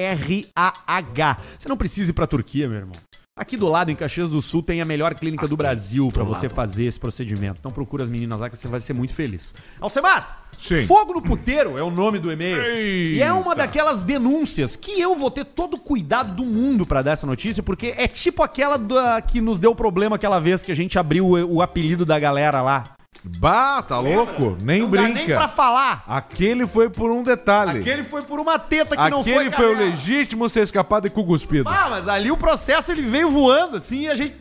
S-T-E-R-A-H. Você não precisa ir pra Turquia, meu irmão. Aqui do lado, em Caxias do Sul, tem a melhor clínica do Brasil pra você fazer esse procedimento. Então procura as meninas lá que você vai ser muito feliz. Alcemar! Sim. Fogo no puteiro é o nome do e-mail. E é uma Eita. daquelas denúncias que eu vou ter todo o cuidado do mundo pra dar essa notícia, porque é tipo aquela da- que nos deu problema aquela vez que a gente abriu o, o apelido da galera lá. Bah, tá louco? Nem Não dá brinca. nem pra falar. Aquele foi por um detalhe. Aquele, Aquele foi por uma teta que não foi. foi, o galera. legítimo ser escapado e cu cuspido. Ah, mas ali o processo ele veio voando assim e a gente.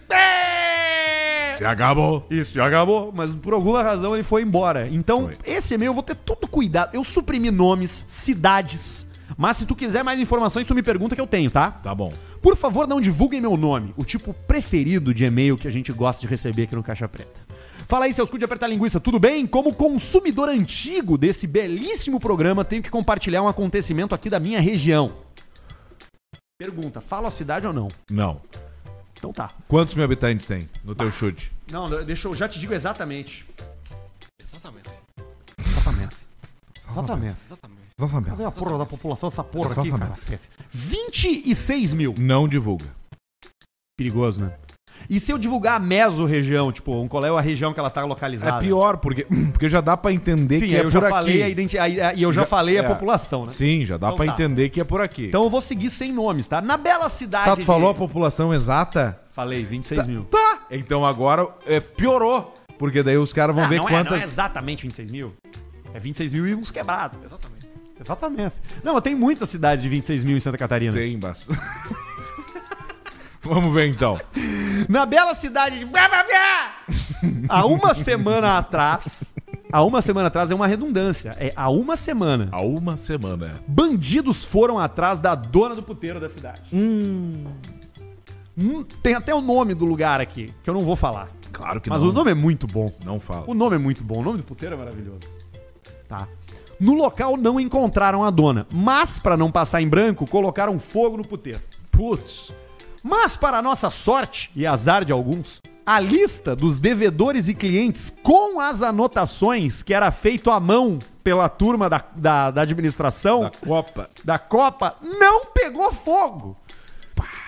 Se acabou. Isso, já acabou. Mas por alguma razão ele foi embora. Então, Foi. esse e-mail eu vou ter todo cuidado. Eu suprimi nomes, cidades. Mas se tu quiser mais informações, tu me pergunta que eu tenho, tá? Tá bom. Por favor, não divulguem meu nome, o tipo preferido de e-mail que a gente gosta de receber aqui no Caixa Preta. Fala aí, seus cu de apertar linguiça, tudo bem? Como consumidor antigo desse belíssimo programa, tenho que compartilhar um acontecimento aqui da minha região. Pergunta, falo a cidade ou não? Não. Então tá. Quantos mil habitantes tem no teu chute? Não, deixa eu já te digo exatamente. Exatamente, Exatamente. Exatamente. exatamente. Cadê a porra da população dessa porra aqui, cara? 26 mil. Não divulga. Perigoso, né? E se eu divulgar a meso-região, tipo, um, qual é a região que ela tá localizada? É pior, porque, porque já dá pra entender Sim, que é eu já por falei a aqui. identi- a- a- e eu já, Já- falei a é. população, né? Sim, já dá Então pra tá. entender que é por aqui. Então eu vou seguir sem nomes, tá? Na bela cidade. tá, tu de- falou a população exata? Falei, 26 mil. Tá. Então agora é, piorou. Porque daí os caras vão Ah, ver não, é, não é quantas. exatamente 26 mil. É 26 mil e uns quebrados. Exatamente. Exatamente. Não, mas tem muita cidade de 26 mil em Santa Catarina. Tem bastante. Vamos ver então. Na bela cidade de. há uma semana atrás. Há uma semana atrás é uma redundância. É há uma semana. Há uma semana. Bandidos foram atrás da dona do puteiro da cidade. Hum, tem até o nome do lugar aqui, que eu não vou falar. Claro que Mas não. o nome é muito bom. Não fala. O nome é muito bom. O nome do puteiro é maravilhoso. Tá. No local não encontraram a dona, mas para não passar em branco, colocaram fogo no puteiro. Putz. Mas, para nossa sorte e azar de alguns, a lista dos devedores e clientes com as anotações que era feito à mão pela turma da, da, da administração Da Copa. da Copa não pegou fogo.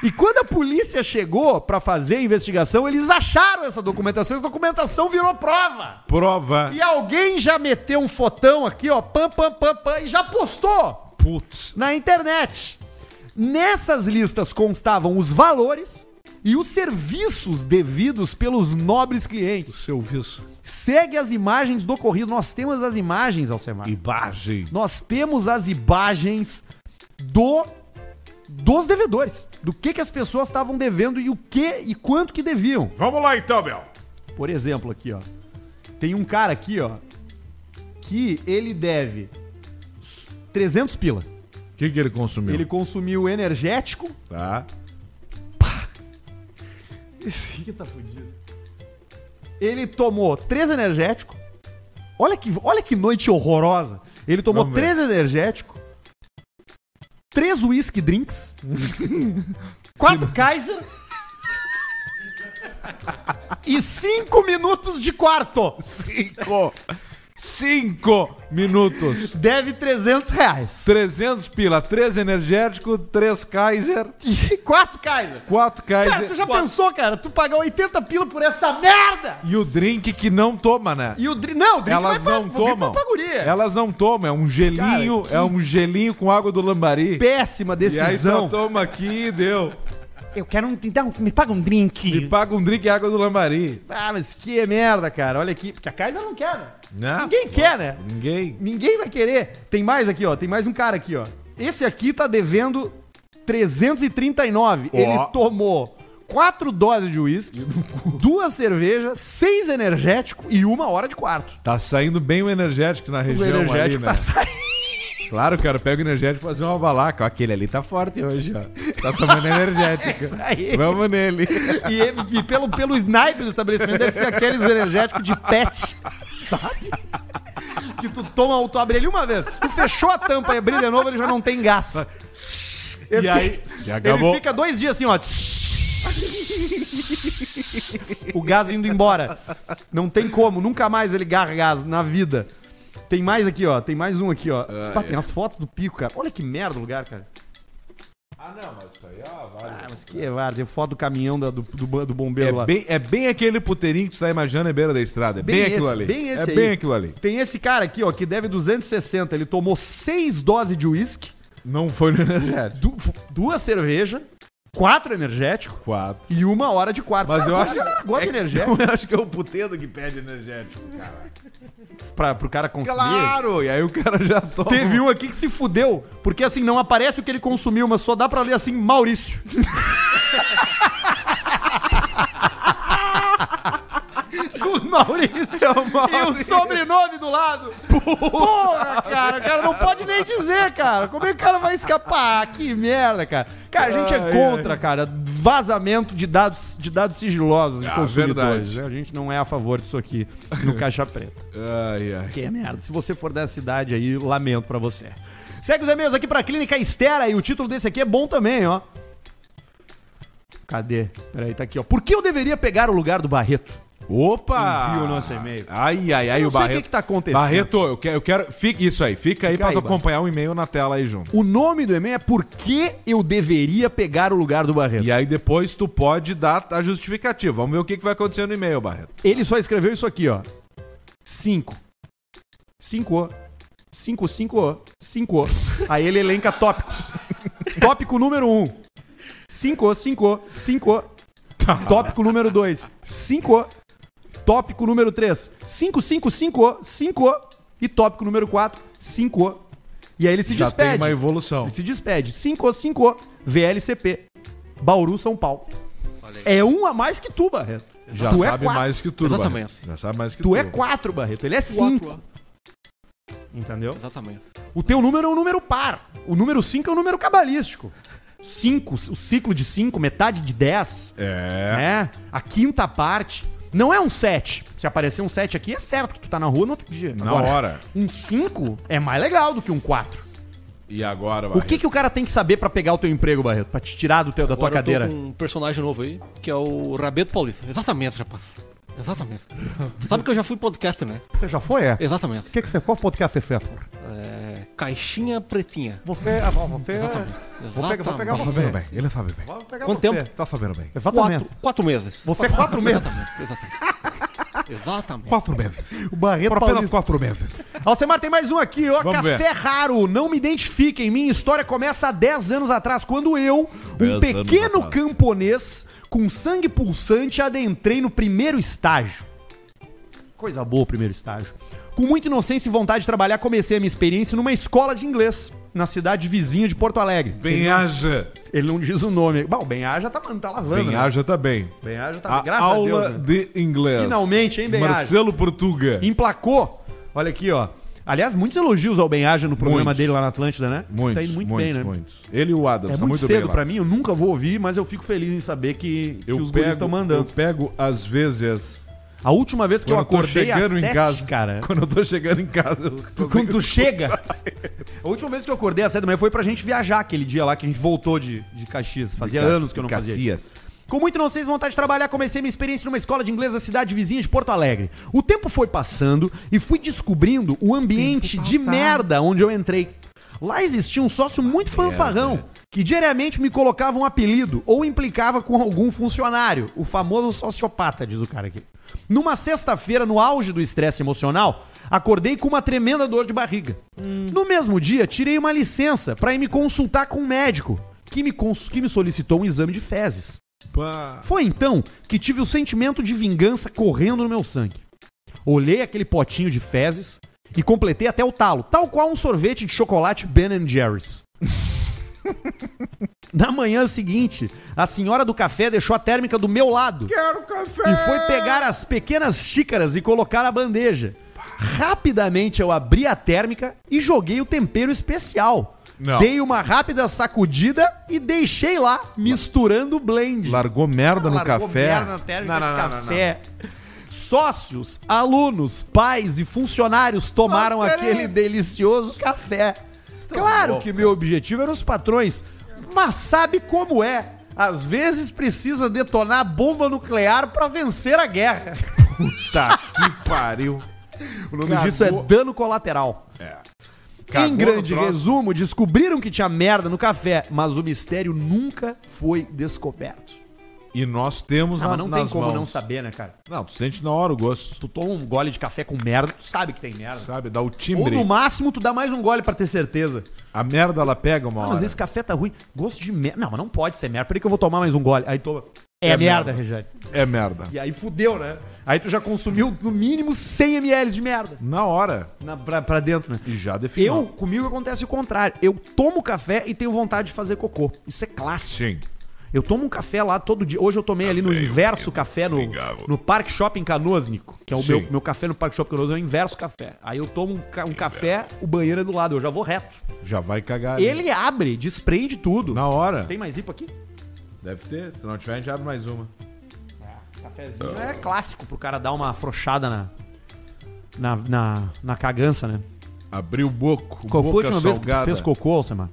E quando a polícia chegou pra fazer a investigação, eles acharam essa documentação. Essa documentação virou prova. Prova. E alguém já meteu um fotão aqui, ó, pam, pam, pam, pam, e já postou Putz. na internet. Nessas listas constavam os valores e os serviços devidos pelos nobres clientes. Seu viço. Segue as imagens do ocorrido. Nós temos as imagens, Ah. Alcemar. Imagem. Nós temos as imagens do dos devedores, do que, que as pessoas estavam devendo e o que e quanto que deviam. Vamos lá então, Bel. Por exemplo, aqui, ó. Tem um cara aqui, ó, que ele deve 300 pila. O que, que ele consumiu? Ele consumiu energético, Tá. Esse aqui tá fudido. Ele tomou três energéticos. Olha que, olha que noite horrorosa. Ele tomou Vamos ver. três energéticos. Três whisky drinks. quatro Kaiser. e cinco minutos de quarto. Cinco. Cinco minutos. Deve 300 reais. 300 pila, 3 energético, 3 Kaiser, E quatro Kaiser. 4 Cara, Kaiser tu já pensou, cara? Tu pagar 80 pila por essa merda? e o drink que não toma, né? E o drink... Não, o drink Elas vai pra- não o drink vai tomam. pra guria. Elas não tomam, é um gelinho, é um gelinho com água do lambari. Péssima E aí só decisão. toma aqui e deu. Eu quero um. Então, me paga um E drink. paga um drink e água do lambari. Ah, mas que merda, cara. Olha aqui. Porque a Kaiser não quer, né? Né? Ninguém quer, né? Ninguém. Ninguém vai querer. Tem mais aqui, ó. Tem mais um cara aqui, ó. Esse aqui tá devendo 339. Ó. Ele tomou quatro doses de uísque, duas cervejas, seis energético e uma hora de quarto. Tá saindo bem o energético na O região energético ali, tá né? saindo. Claro, cara, pega o energético e fazer uma balaca. Ó, Aquele ali tá forte hoje, ó. Tá tomando energética. É Isso aí. Vamos nele. E, ele- e pelo, pelo naipe do estabelecimento deve ser aqueles energéticos de pet, sabe? Que tu toma, tu abre ele uma vez. Se tu fechou a tampa e abriu de novo, ele já não tem gás. Ele, aí, se acabou. Ele fica dois dias assim, ó. O gás indo embora. Não tem como, nunca mais ele garra gás na vida. Tem mais aqui, ó. Tem mais um aqui, ó. Pá, é. tem as fotos do pico, cara. Olha que merda o lugar, cara. Ah, não, mas isso aí, ó, Ah, mas que várzea. Tem foto do caminhão da- do, do, ba- do É bombeiro lá. bem, é bem aquele puteirinho que tu tá imaginando em beira da estrada. É bem, Bem aquilo esse, ali. bem esse é aí. bem aquilo ali. Tem esse cara aqui, ó, que deve 260. Ele tomou seis doses de uísque, Não foi no energético. du- f- duas cervejas, quatro energético Quatro. e uma hora de quarto. Mas Cara, eu a acho. galera gosta de é que- energético eu acho que é o puteiro que pede energético, cara. pra, pro cara consumir. Claro! E aí o cara já toma. Teve um aqui que se fudeu, porque assim, não aparece o que ele consumiu, mas só dá pra ler assim, Maurício. o Maurício. E o sobrenome do lado. Porra, cara, o cara não pode nem dizer, cara. Como é que o cara vai escapar? Ah, Que merda, cara. Cara, a gente é Ai, contra, cara, vazamento de dados, de dados sigilosos de Ah, consumidores. verdade. né? A gente não é a favor disso aqui no Caixa Preta. Ai, ai. Que é merda. Se você for dessa cidade aí, lamento pra você. Segue os e-mails aqui pra Clínica Estera e o título desse aqui é bom também, ó. Cadê? Peraí, tá aqui, ó. Por que eu deveria pegar o lugar do Barreto? Opa! Envia o nosso e-mail. Ai, ai, ai, Eu não o sei o Barreto. que que tá acontecendo. Barreto, eu quero. Eu quero fica, isso aí, fica aí pra aí, tu Barreto. acompanhar o e-mail na tela aí junto. O nome do e-mail é Por que eu deveria pegar o lugar do Barreto? E aí depois tu pode dar a justificativa. Vamos ver o que, que vai acontecer no e-mail, Barreto. Ele só escreveu isso aqui, ó. Cinco. Cinco. ó. Cinco, cinco, ó. cinco. ó. Aí ele elenca tópicos. Tópico número um. Cinco, ó, cinco, ó, cinco. ó. Tópico número dois. Cinco. ó. Tópico número três. Cinco, cinco, cinco, ó, cinco. ó. E tópico número quatro. Cinco. ó. E aí ele se Já despede. tem uma evolução. Ele se despede. 5 5 VLCP. Bauru, São Paulo. É um a mais que tu, Barreto. Já tu sabe é quatro. mais que tudo, Exatamente. Barreto. Já sabe mais que Tu tudo. é 4, Barreto. Ele é 5. Quatro, Entendeu? exatamente. O teu número é um número par. O número 5 é um número cabalístico. 5, o ciclo de 5, metade de 10. É. Né? A quinta parte. Não é um 7. Se aparecer um 7 aqui, é certo que tu tá na rua no outro dia. Na Agora, hora. Um 5 é mais legal do que um 4. E agora, O Barreto? que, que o cara tem que saber pra pegar o teu emprego, Barreto? Pra te tirar do teu, da tua Agora eu tô cadeira? com um personagem novo aí, que é o Rabeto Paulista. Exatamente, rapaz. Exatamente. Você sabe que eu já fui podcast, né? Você já foi, é? Exatamente. que, que você qual podcast você fez? amor? É, caixinha pretinha. Você, ah, você Exatamente. vou pegar- vou pegar Tá sabendo bem, ele sabe bem. vou pegar Quanto você. tempo? Tá sabendo bem. Exatamente. Quatro, quatro meses. Você é quatro meses. Exatamente. Exatamente. Exatamente. Quatro meses. O Barreto Por apenas Paulista. quatro meses. Alcemar, tem mais um aqui, ó. Vamos Café ver. raro, não me identifiquem. Minha história começa há 10 anos atrás, quando eu, um pequeno camponês com sangue pulsante, adentrei no primeiro estágio. Coisa boa o primeiro estágio. Com muita inocência e vontade de trabalhar, comecei a minha experiência numa escola de inglês, na cidade vizinha de Porto Alegre. ele, não, Tá Benhaja. ele não diz o nome. Bom, o Benhar já tá, mano, tá lavando. né? Benhaja tá bem. Benhar já tá. A graças a aula Deus. né? de inglês. Finalmente, hein, Benhaja? Marcelo Portuga. tá emplacou. Olha aqui, ó. Aliás, muitos elogios ao Ben Aja no programa Muitos. dele lá na Atlântida, né? Diz que Muitos, tá indo muito muitos, bem, né? muitos. Ele e o Adams, É tá muito, cedo bem pra lá. mim, eu nunca vou ouvir, mas eu fico feliz em saber que, que Eu os guris pego, estão Eu mandando. pego, às vezes, A última vez que eu quando tô acordei às chegando sete, em casa. cara. Quando eu tô chegando em casa, eu tô Quando tu chega. A última vez que eu acordei às sete da manhã foi pra gente viajar aquele dia lá que a gente voltou de, de Caxias. Fazia anos que eu não fazia. isso. Cacias. Com muito não vocês vontade de trabalhar, comecei minha experiência numa escola de inglês da cidade vizinha de Porto Alegre. O tempo foi passando e fui descobrindo o ambiente de merda onde eu entrei. Lá existia um sócio muito fanfarrão que diariamente me colocava um apelido ou implicava com algum funcionário, o famoso sociopata, diz o cara aqui. Numa sexta-feira, no auge do estresse emocional, acordei com uma tremenda dor de barriga. No mesmo dia, tirei uma licença para ir me consultar com um médico que me, cons- que me solicitou um exame de fezes. Pá. Foi então que tive o sentimento de vingança correndo no meu sangue. Olhei aquele potinho de fezes e completei até o talo, tal qual um sorvete de chocolate Ben Jerry's. Na manhã seguinte, a senhora do café deixou a térmica do meu lado e foi pegar as pequenas xícaras e colocar na bandeja. Rapidamente eu abri a térmica e joguei o tempero especial. Não. Dei uma rápida sacudida e deixei lá, misturando o blend. Largou merda no Largou café. merda na térmica de café. Sócios, alunos, pais e funcionários tomaram aquele delicioso café. claro que meu objetivo eram os patrões, mas sabe como é? Às vezes precisa detonar bomba nuclear pra vencer a guerra. Tá que pariu. É. O nome disso é dano colateral. em grande resumo, descobriram que tinha merda no café, mas o mistério nunca foi descoberto. E nós temos Ah, na, mas não nas tem como mãos. não saber, né, cara? Não, tu sente na hora o gosto. Tu toma um gole de café com merda, tu sabe que tem merda. Sabe, dá o Ou timbre. no máximo tu dá mais um gole pra ter certeza. A merda ela pega uma Ah, hora. mas esse café tá ruim. Gosto de merda. Não, mas não pode ser merda. Peraí que eu vou tomar mais um gole. Aí toma. É, É merda, merda. Rejane. É merda. E aí fudeu, né? Aí tu já consumiu no mínimo 100 ml de merda Na hora. na, pra, pra dentro, né? E já definiu. Eu, comigo acontece o contrário. Eu tomo café e tenho vontade de fazer cocô. Isso é clássico. Sim. Eu tomo um café lá todo dia. Hoje eu tomei ali no inverso café no, no Park Shopping Canoas, Nico. Que é o Sim. meu, meu café no Park Shopping Canoas, é o inverso café. Aí eu tomo um, ca- um café, o banheiro é do lado, eu já vou reto. Já vai cagar. ali. Ele abre, desprende tudo. Na hora. Tem mais IPA aqui? Deve ter. Se não tiver, a gente abre mais uma. Cafézinho é clássico pro cara dar uma afrouxada na, na, na, na cagança, né? Abriu o boco. Qual foi boca a última vez que tu salgada. fez cocô, Alcemar?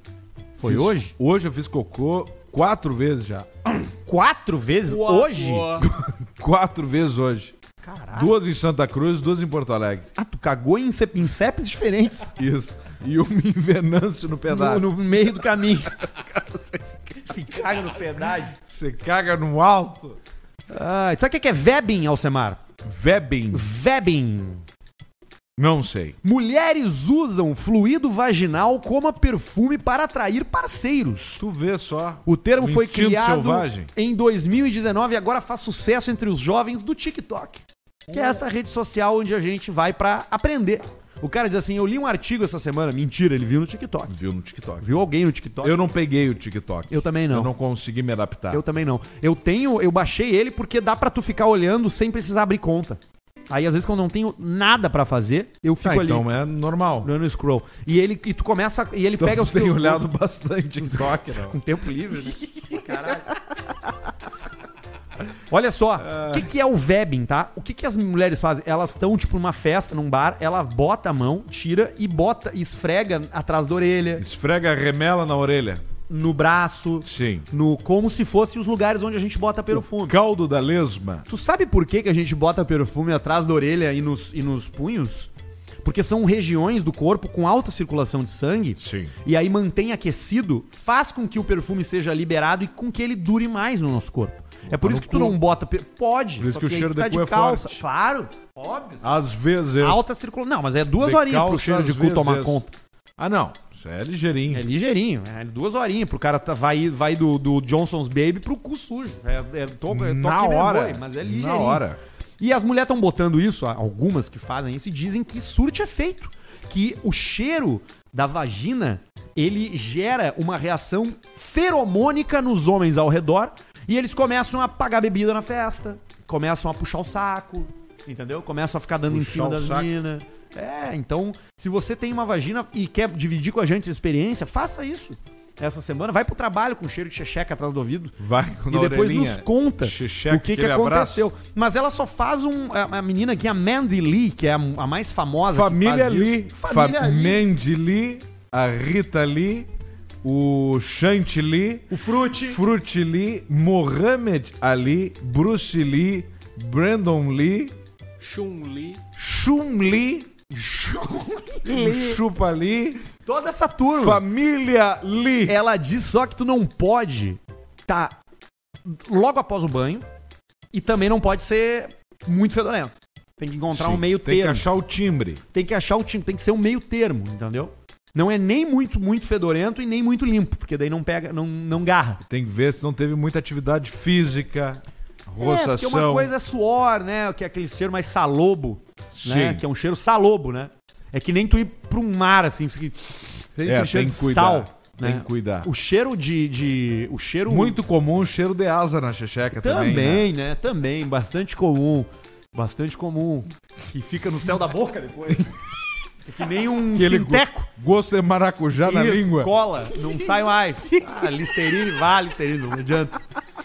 Foi Fiz- hoje? Hoje eu fiz cocô quatro vezes já. Quatro vezes? Hoje? Quatro vezes hoje. Caralho. Duas em Santa Cruz, duas em Porto Alegre. Ah, tu cagou em, sep- em sepes diferentes Isso. E uma em Venâncio no no, pedaço. no meio do caminho. Se caga no pedágio. Você caga no alto. Ah, sabe o que que é Vebin, Alcemar? Vebem. Vebin. Não sei. Mulheres usam fluido vaginal como perfume para atrair parceiros. Tu vê só. O termo foi instinto criado Um selvagem. em 2019 e agora faz sucesso entre os jovens do TikTok, que é essa rede social onde a gente vai pra aprender. O cara diz assim: "Eu li um artigo essa semana, mentira, ele viu no TikTok. Viu no TikTok. Viu alguém no TikTok? Eu não peguei o TikTok. Eu também não. Eu não consegui me adaptar. Eu também não. Eu tenho, eu baixei ele porque dá pra tu ficar olhando sem precisar abrir conta. Aí às vezes quando eu não tenho nada pra fazer, eu fico Ah, ali então é normal. no scroll. E ele e tu começa e ele Então pega os tem teus olhado gostos. bastante TikTok, não. com tempo livre, né? Olha só, o que, que é o webbing, tá? O que, que as mulheres fazem? Elas estão, tipo, numa festa, num bar, ela bota a mão, tira e bota, e esfrega atrás da orelha, Esfrega a remela na orelha. no braço, Sim. no como se fossem os lugares onde a gente bota perfume. Caldo da lesma. Tu sabe por que, que a gente bota perfume atrás da orelha e nos, e nos punhos? Porque são regiões do corpo com alta circulação de sangue. Sim. E aí mantém aquecido, faz com que o perfume seja liberado e com que ele dure mais no nosso corpo. É por Tá no isso que cu. tu não bota. per- Pode. Por isso só que o aí cheiro tu tá de cu é forte. Claro, óbvio. Às vezes. Alta circulação. Não, mas é duas De horinhas pro calça, cheiro de às cu tomar vezes. conta. Ah, não. Isso é ligeirinho. É ligeirinho, é duas horinhas pro cara tá, vai, vai do, do Johnson's Baby pro cu sujo. É, é, to- é na toque de hora. vergonha, mas é ligeirinho. Na hora. E as mulheres estão botando isso, algumas que fazem isso, e dizem que surte efeito. Que o cheiro da vagina, ele gera uma reação feromônica nos homens ao redor. E eles começam a pagar bebida na festa, começam a puxar o saco, entendeu? Começam a ficar dando em Puxar cima o das saco. meninas. É, então, se você tem uma vagina e quer dividir com a gente essa experiência, faça isso. Essa semana, vai pro trabalho com cheiro de checheca atrás do ouvido. Vai com E na depois orelhinha. nos conta Xixeca, o que, que aquele abraço. aconteceu. Mas ela só faz um. A, a menina aqui, a Mandy Lee, que é a, a mais famosa. que Família faz Lee, isso. Família Família Lee. Mandy Lee, a Rita Lee, o Chantilly, O Frute. Fruit Lee, Mohamed Ali, Bruce Lee, Brandon Lee, Chun-Li. Chum Lee, Chupa Lee, Toda essa turma. Família Lee. Ela diz só que tu não pode tá logo após o banho e também não pode ser muito fedorento. Tem que encontrar Sim, um meio Tem que termo. achar o timbre. tem que achar o time, tem que ser um meio termo, entendeu? Não é nem muito, muito fedorento e nem muito limpo, porque daí não pega, não, não garra. Tem que ver se não teve muita atividade física, É, porque uma roçação. coisa é suor, né? Que é aquele cheiro mais salobo, né? Sim. Que é um cheiro salobo, né? É que nem tu ir pra um mar, assim, que- tem É, aquele cheiro tem de que cuidar, sal. tem né? que cuidar. O cheiro de. de o cheiro. Muito comum o cheiro de asa na xexeca também. Também, né? né? Também, bastante comum. Bastante comum. Que fica no céu da boca depois. que nem um Aquele go- sinteco. Gosto de maracujá na Isso, língua. cola, não sai mais. Ah, Listerine, vá, Listerine, não adianta.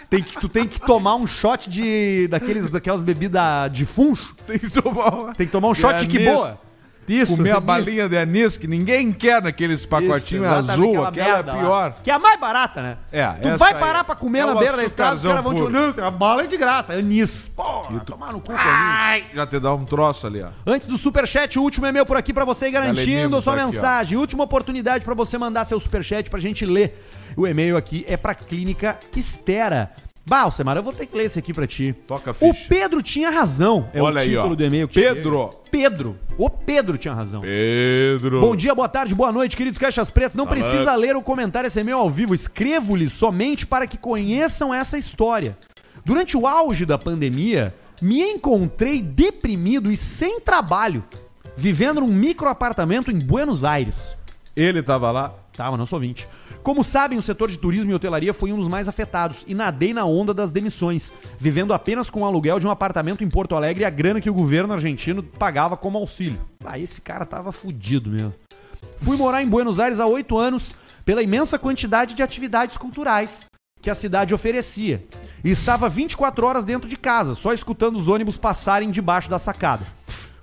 Tem que, tu tem que tomar um shot de daqueles, daquelas bebidas de funcho. Tem que tomar uma- Tem que tomar um shot de que Anis. boa. Isso, comer a isso. balinha de anis que ninguém quer naqueles pacotinhos exatamente, azul, aquela, merda é lá. pior. Que é a mais barata, né? É, Tu essa vai aí. parar pra comer É na o beira da estrada, os açucarzão caras vão te puro. olhando. A bala é de graça, é anis. Porra, tomar no cu, que é anis. Ai, já te dá um troço ali, ó. Antes do superchat, o último e-mail por aqui pra você ir garantindo Galenino a sua tá aqui, mensagem. Última oportunidade pra você mandar seu superchat pra gente ler. O e-mail aqui é pra Clínica Estera. Bah, Semara, eu vou ter que ler esse aqui pra ti. Toca a O ficha. Pedro tinha razão. É Olha o aí, título ó. do e-mail que Pedro. chega. Pedro. O Pedro tinha razão. Pedro. Bom dia, boa tarde, boa noite, queridos caixas pretas. Não precisa ler o comentário esse e-mail ao vivo. Escrevo-lhe somente para que conheçam essa história. Durante o auge da pandemia, me encontrei deprimido e sem trabalho, vivendo num microapartamento em Buenos Aires. Ele tava lá. Tá, mas não sou 20. Como sabem, o setor de turismo e hotelaria foi um dos mais afetados e nadei na onda das demissões, vivendo apenas com o aluguel de um apartamento em Porto Alegre e a grana que o governo argentino pagava como auxílio. Ah, esse cara tava fudido mesmo. Fui morar em Buenos Aires há oito anos pela imensa quantidade de atividades culturais que a cidade oferecia. E estava 24 horas dentro de casa, só escutando os ônibus passarem debaixo da sacada.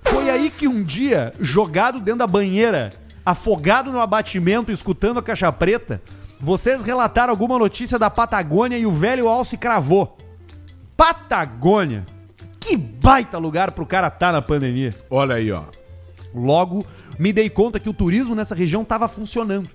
Foi aí que um dia, jogado dentro da banheira, afogado no abatimento, escutando a caixa preta, vocês relataram alguma notícia da Patagônia e o velho Alce cravou. Patagônia! Que baita lugar pro cara tá na pandemia. Olha aí, ó. Logo, me dei conta que o turismo nessa região estava funcionando.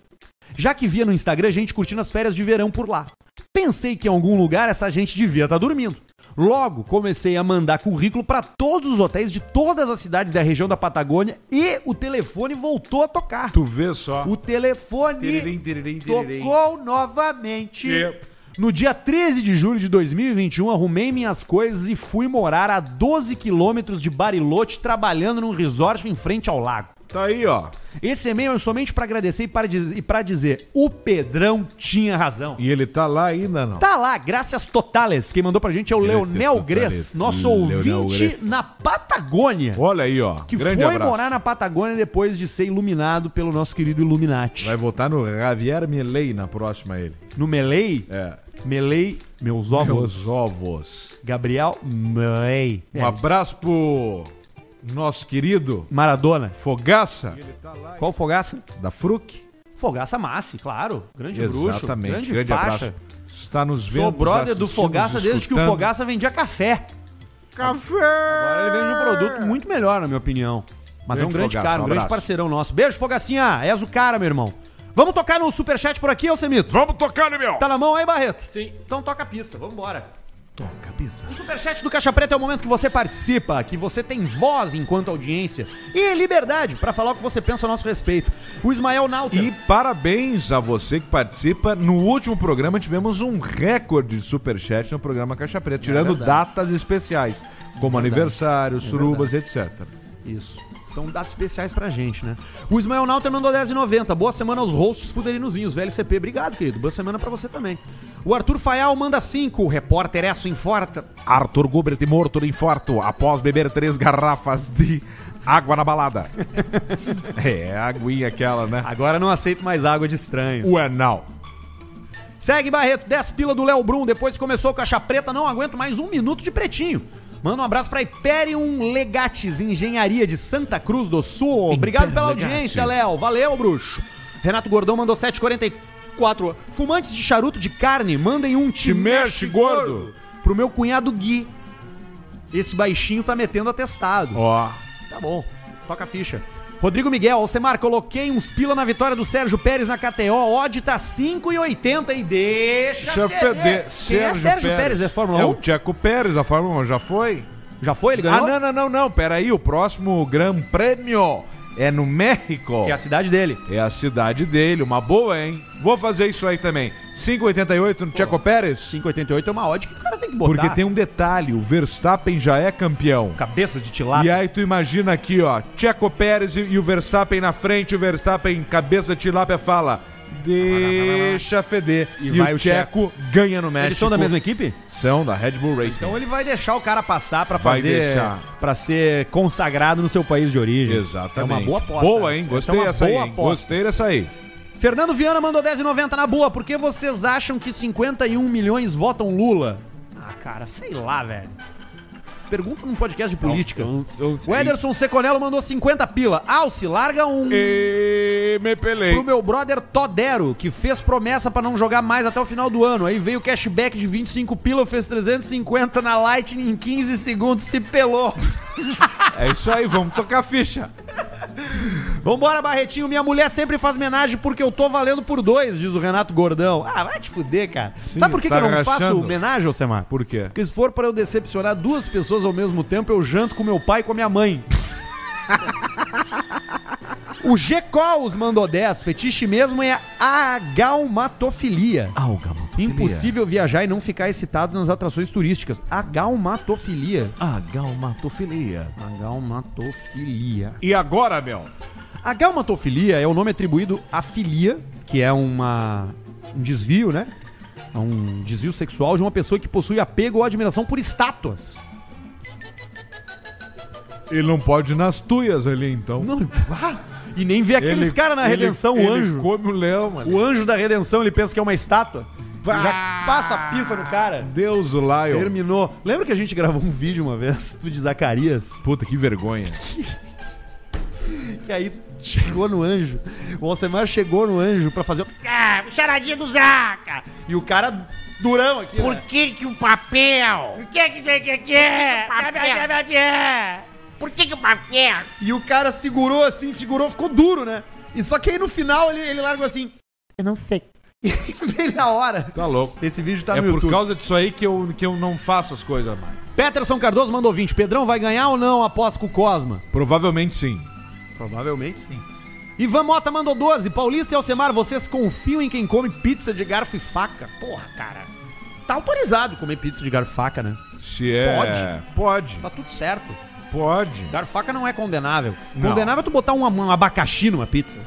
Já que via no Instagram gente curtindo as férias de verão por lá. Pensei que em algum lugar essa gente devia estar dormindo. Logo, comecei a mandar currículo para todos os hotéis de todas as cidades da região da Patagônia e o telefone voltou a tocar. Tu vê só. O telefone Tiririm, tiririm, tiririm. tocou novamente. Yep. No dia 13 de julho de 2021, arrumei minhas coisas e fui morar a 12 quilômetros de Bariloche, trabalhando num resort em frente ao lago. Tá aí, ó. Esse e-mail é somente pra agradecer e para dizer, e pra dizer: o Pedrão tinha razão. E ele tá lá ainda, não. Tá lá, graças totales. Quem mandou pra gente é o Gracias Leonel totales. Gres, nosso Leonel ouvinte Gres. na Patagônia. Olha aí, ó. Que Grande foi abraço. morar na Patagônia depois de ser iluminado pelo nosso querido Illuminati. Vai votar no Javier Milei na próxima, ele. No Melei, É. Melei, meus ovos. Meus ovos. Gabriel Melei. Um abraço pro nosso querido Maradona. Fogaça Qual fogaça? da Fruc. Fogaça Massi, claro. Grande Exatamente. bruxo. Grande, faixa. Está nos vendo. Sou brother do assistindo, Fogaça nos desde que o escutando. Fogaça vendia café. Café! Agora ele vende um produto muito melhor, na minha opinião. Mas é um Grande grande Fogaça, cara, um, um grande abraço. parceirão nosso. Beijo, Fogacinha. És o cara, meu irmão. Vamos tocar no superchat por aqui, Alcemito? Vamos tocar, meu! Tá na mão aí, Barreto? Sim. Então toca a pista, vambora. Toca a pista. O Superchat do Caixa Preta é o momento que você participa, que você tem voz enquanto audiência e liberdade pra falar o que você pensa a nosso respeito. O Ismael Nauta. E parabéns a você que participa. No último programa tivemos um recorde de superchat no programa Caixa É Preta, tirando datas especiais, como aniversários, surubas, etc. Isso. São dados especiais pra gente, né? O Ismael Nauta mandou 10,90. Boa semana aos hosts fuderinozinhos, VLCP. Obrigado, querido. Boa semana pra você também. O Arthur Faial manda 5. Repórter Esso Inforta. Arthur Gubert morto no infarto após beber três garrafas de água na balada. é, a aguinha aquela, né? Agora não aceito mais água de estranhos. Ué, não. Segue Barreto, 10 pila do Léo Brum. Depois que começou o Caixa Preta, não aguento mais um minuto de pretinho. Manda um abraço pra Hyperion Legates, Engenharia de Santa Cruz do Sul. Obrigado pela audiência, Léo. Valeu, bruxo. Renato Gordão mandou 7,44. Fumantes de charuto de carne, mandem um te, mexe, gordo. Pro meu cunhado Gui. Esse baixinho tá metendo atestado. Ó, Tá bom, toca a ficha. Rodrigo Miguel, Alcemar, coloquei uns pila na vitória do Sérgio Pérez na KTO. Odd tá 5,80 e deixa. Deixa ferver. feder. Quem é Sérgio Pérez? É Fórmula É 1? o Tcheco Pérez, a Fórmula 1 já foi? Já foi? Ele Ah, ganhou? não, não, não, não. Peraí, o próximo Gran Prêmio é no México. Que é a cidade dele. É a cidade dele, uma boa, hein? Vou fazer isso aí também. 5,88 no Tcheco Pérez? 5,88 é uma odd que o cara tem que botar. Porque tem um detalhe, o Verstappen já é campeão. cabeça de E tilápia. aí tu imagina aqui, ó, Tcheco Pérez e e o Verstappen na frente, o Verstappen cabeça de tilápia fala, deixa feder. E E, vai o o Tcheco. Tcheco ganha no México. Eles são da mesma equipe? São, da Red Bull Racing. Então ele vai deixar o cara passar pra Vai fazer. deixar. Pra ser consagrado no seu país de origem. Exatamente. É uma boa aposta. Boa, hein? Essa é Gostei uma dessa aí. boa hein? aposta. Gostei dessa aí. Fernando Viana mandou 10,90 na boa. Por que um vocês acham que 51 milhões votam Lula? Ah, cara, sei lá, velho. Pergunta num podcast de política. Eu- eu- O Ederson Seconello mandou 50 pila. Alce, larga um E me pelei. pro meu brother Todero, que fez promessa pra não jogar mais até o final do ano. Aí veio o cashback de 25 pila, fez 350 na Lightning em 15 segundos, se pelou. É isso aí, vamos tocar ficha. Vambora, Barretinho. Minha mulher sempre faz homenagem porque eu tô valendo por dois, diz o Renato Gordão. Ah, vai te fuder, cara. Sabe por que, tá que eu não faço rachando. homenagem, Alcemar? Por quê? Porque se for pra eu decepcionar duas pessoas ao mesmo tempo, eu janto com meu pai e com a minha mãe. o G. Cols mandou 10. Fetiche mesmo é a galmatofilia. Algamatofilia. Impossível viajar e não ficar excitado nas atrações turísticas. A galmatofilia. A galmatofilia. A galmatofilia. E agora, meu? A galmatofilia é o nome atribuído à filia, que é uma, um desvio, né? É um desvio sexual de uma pessoa que possui apego ou admiração por estátuas. Ele não pode ir nas tuias ali, então. Não, ah, e nem vê aqueles Ele- caras na ele- redenção, ele o anjo. come o leão, mano. O anjo da redenção, ele pensa que é uma estátua. Já passa a pista no cara. Deus, o Lion. Terminou. Lembra que a gente gravou um vídeo uma vez, tu de Zacarias? Puta, que vergonha. Que aí chegou no anjo. O Alcemar chegou no anjo pra fazer. o- Ah, charadinha do Zaca! E o cara durão aqui. Por né? que que o papel? Por que que que é? um que que? Por que que o papel? E o cara segurou assim, segurou, ficou duro, né? E só que aí no final ele, ele largou assim, Eu não sei. bem na hora. Tá louco. Esse vídeo tá é no por YouTube. causa disso aí que eu, que eu não faço as coisas mais. Peterson Cardoso mandou 20. Pedrão vai ganhar ou não após com o Cosma? Provavelmente sim. Provavelmente sim. Ivan Mota mandou 12. Paulista e Alcemar, vocês confiam em quem come pizza de garfo e faca? Porra, cara. Tá autorizado comer pizza de garfo e faca, né? Se é. Pode. Tá Tá. tudo certo. Pode. Pode. Garfo e faca não é condenável. Não. Condenável é tu botar um, um abacaxi numa pizza.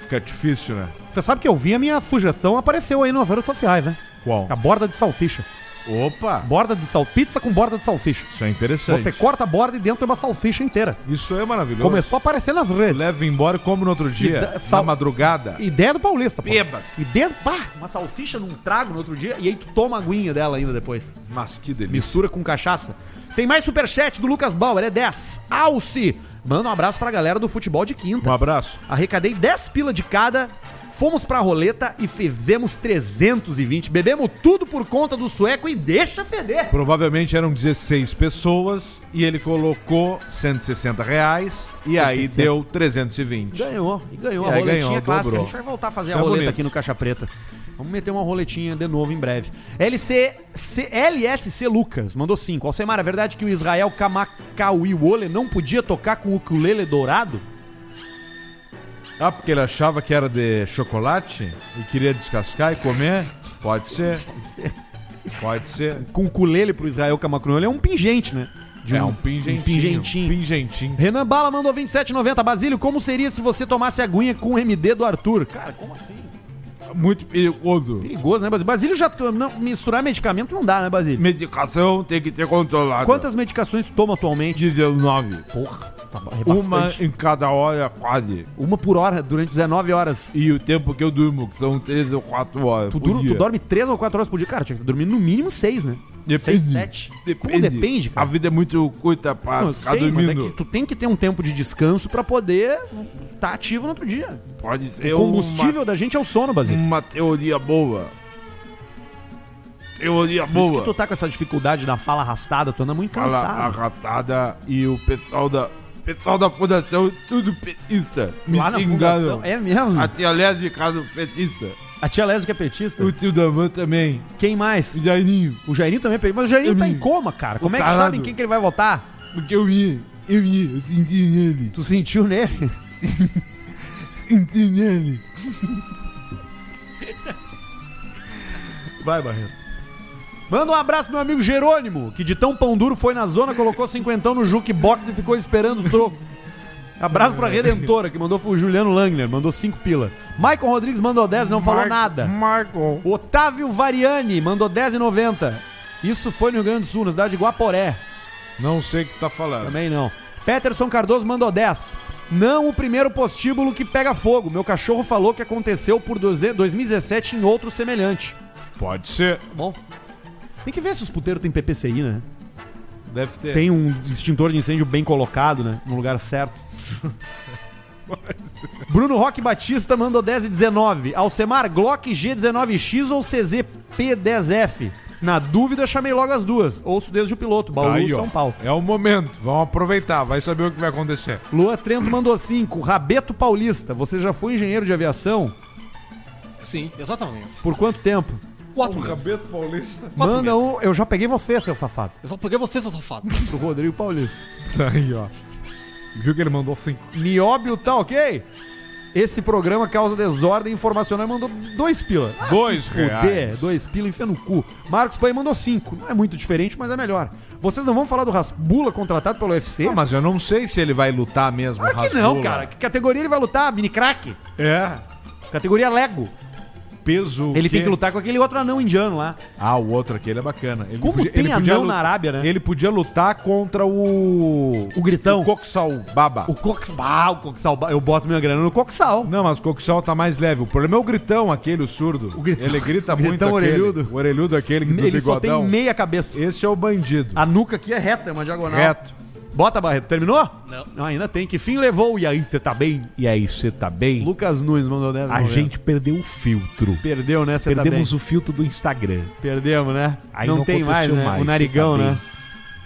Fica difícil, né? Você sabe que eu vi a minha sugestão apareceu aí nas redes sociais, né? Qual? A borda de salsicha. Opa! Borda de sal... Pizza com borda de salsicha. Isso é interessante. Você corta a borda e dentro é uma salsicha inteira. Isso é maravilhoso. Começou a aparecer nas redes. Leva embora e come no outro dia. da- sal- Na madrugada. Ideia do paulista, pô. Beba. Ideia, pá, uma salsicha num trago no outro dia e aí tu toma a aguinha dela ainda depois. Mas que delícia. Mistura com cachaça. Tem mais superchat do Lucas Bauer, é 10. Alce! Manda um abraço pra galera do futebol de quinta. Um abraço. Arrecadei 10 pila de cada, fomos pra roleta e fizemos 320. Bebemos tudo por conta do sueco e deixa feder. Provavelmente eram 16 pessoas e ele colocou 160 reais e aí 160. deu 320. Ganhou, e ganhou E a aí roletinha É, é ganhou, clássica. dobrou. A gente vai voltar a fazer a Tá roleta bonito. aqui no Caixa Preta. Vamos meter uma roletinha de novo em breve. LC, C- LSC Lucas mandou 5. Alcemar, é verdade que o Israel Kamakawiwole não podia tocar com o ukulele dourado? Ah, porque ele achava que era de chocolate e queria descascar e comer? Pode ser. Pode ser. Com o ukulele pro Israel Kamakawiwole é um pingente, né? De É um pingentinho. pingentinho. Pingentinho. Renan Bala mandou 27,90. Basílio, como seria se você tomasse aguinha com o MD do Arthur? Cara, como assim? Muito perigoso. Perigoso, né, Basílio? Basílio já... to- Não, misturar medicamento não dá, né, Basílio? Medicação tem que ser controlada. Quantas medicações tu toma atualmente? 19. Porra, tá ba- é Uma bastante. em cada hora, quase. Uma por hora, durante 19 horas. E o tempo que eu durmo, que são 3 ou 4 horas. Tu, por dur- tu dia. dorme 3 ou 4 horas por dia. Cara, tinha que dormir no mínimo 6, né? Depende. Seis, sete. Como depende, cara? A vida é muito curta pra Não, eu ficar sei, mas é dormindo. que tu tem que ter um tempo de descanso pra poder estar ativo no outro dia. Pode ser o combustível da gente é o sono, uma, Basílio. uma teoria boa. Teoria Por isso que boa. tu tá com essa dificuldade na fala arrastada, tu anda muito Fala cansado. arrastada e o pessoal da pessoal da fundação tudo petista. Me Lá na xingaram. fundação. É mesmo? A tia Leslie casa petista. A tia Lésio que é petista. O tio da van também. Quem mais? O Jairinho. O Jairinho também é petista. Mas o Jairinho tá em coma, cara. Como é que tarado. sabem quem que ele vai votar? Porque eu ia, eu ia, eu senti nele. Tu sentiu nele? Senti nele. Vai, Barreto. Manda um abraço pro meu amigo Jerônimo, que de tão pão duro foi na zona, colocou cinquentão no jukebox e ficou esperando o troco. Abraço É. pra Redentora, que mandou foi o Juliano Langner, mandou cinco pila. Maicon Rodrigues mandou 10 não falou Mar- nada. Marco. Otávio Variani mandou 10,90. Isso foi no Rio Grande do Sul, na cidade de Guaporé. Não sei o que tá falando. Também não. Peterson Cardoso mandou 10. Não o primeiro postíbulo que pega fogo. Meu cachorro falou que aconteceu por 12 2017 em outro semelhante. Tá Pode ser. Bom. Tem que ver se os puteiros têm PPCI, né? Deve ter. Tem um extintor de incêndio bem colocado, né? No lugar certo. Bruno Roque Batista mandou 10 e 19. Alcemar Glock G19X ou CZP10F? Na dúvida, chamei logo as duas. Ouço desde o piloto, Bauru, Tá aí, ó. um São Paulo. É o momento. Vamos aproveitar. Vai saber o que vai acontecer. Lua Trento mandou 5. Rabeto Paulista, você já foi engenheiro de aviação? Sim, exatamente. Por quanto tempo? Quatro meses. Beto Paulista. Quatro Manda meses. um. Eu já peguei você, seu safado. Eu só peguei você, seu safado. Pro Rodrigo Paulista. Tá aí, ó. Viu que ele mandou cinco. Nióbio tá ok? Esse programa causa desordem informacional e mandou dois pila. Ah, Dois se fuder, reais. dois pila, enfia no cu. Marcos Pai mandou cinco. Não é muito diferente, mas é melhor. Vocês não vão falar do Rasbula contratado pelo UFC? Ah, mas eu não sei se ele vai lutar mesmo. Claro que Rasgula. não, cara. Que categoria ele vai lutar? Mini crack? É. Categoria Lego. Peso. Ele quê? tem que lutar com aquele outro anão indiano lá. Ah, o outro aqui, ele é bacana. Ele Como tem anão lu- na Arábia, né? Ele podia lutar contra o. O gritão. O Coxal Baba. O Coxal, o Coxal. Eu boto minha grana no Coxal. Não, mas o Coxal tá mais leve. O problema é o gritão, aquele, o surdo. O gritão. Ele grita O gritão muito. aquele. orelhudo. O orelhudo é aquele do Ele só tem bigodão. meia cabeça. Esse é o bandido. A nuca aqui é reta, é uma diagonal. Reto. Bota, Barreto. Terminou? Não. Ainda tem. Que fim levou? E aí, você tá bem? E aí, você tá bem? Lucas Nunes mandou 10 A noventa. gente perdeu o filtro. perdeu, né? Você tá bem. Perdemos o filtro do Instagram. Perdemos, né? Aí não, não tem mais, aconteceu né? mais, O narigão, você tá né?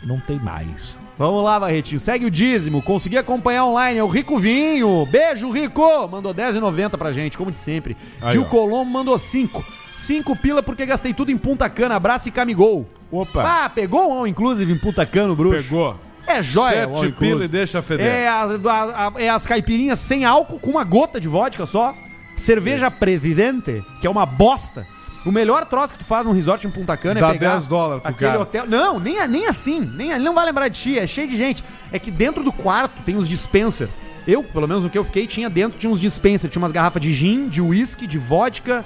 Não tem mais. Vamos lá, Barretinho. Segue o dízimo. Consegui acompanhar online. É o Rico Vinho. Beijo, Rico. Mandou 10,90 pra gente, como de sempre. Aí, Gil ó. Colombo mandou 5. 5 pila porque gastei tudo em Punta Cana. Abraço e camigol. Opa, Ah, pegou um, all inclusive, em Punta Cana, o bruxo. pegou. É joia, all Sete pila e inclusive. deixa feder. É, a- a- a- é as caipirinhas sem álcool, com uma gota de vodka só. Cerveja Presidente, que é uma bosta. O melhor troço que tu faz num resort em Punta Cana Dá é pegar 10 dólares pro aquele cara. hotel. Não, nem, a- nem assim. Nem, ele não vai lembrar de ti, é cheio de gente. É que dentro do quarto tem os dispenser. Eu, pelo menos no que eu fiquei, tinha dentro, tinha uns dispenser. Tinha umas garrafas de gin, de whisky, de vodka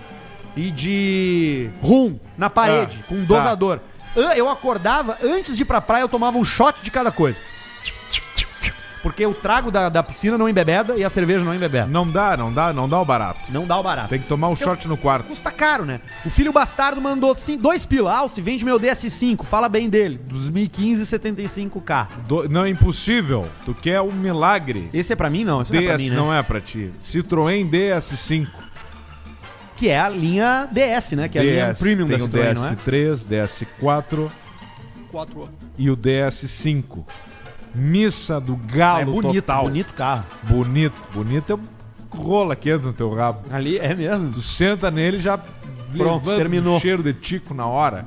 e de rum na parede, Ah, com um tá. dosador. An- Eu acordava, antes de ir pra praia, eu tomava um shot de cada coisa. Porque o trago da, da piscina não embebeda e a cerveja não embebeda. Não dá, não dá, não dá o barato. Não dá o barato. Tem que tomar um shot no quarto. Custa caro, né? O filho bastardo mandou sim, dois pila. Ah, Alce, vende meu DS5. Fala bem dele. 2015, 75k. Do- não é impossível. Tu quer um milagre. Esse é pra mim, não. Esse não é pra DS mim, né? não é pra ti. Citroën DS5. Que é a linha DS, né? Que é a linha premium tem um da o Citroën, não é? DS3, DS4 Quatro. e o DS5. Missa do galo É bonito, total. bonito carro. Bonito, bonito é um rola que entra no teu rabo. Ali é mesmo. Tu senta nele e já levanta terminou. um cheiro de tico na hora.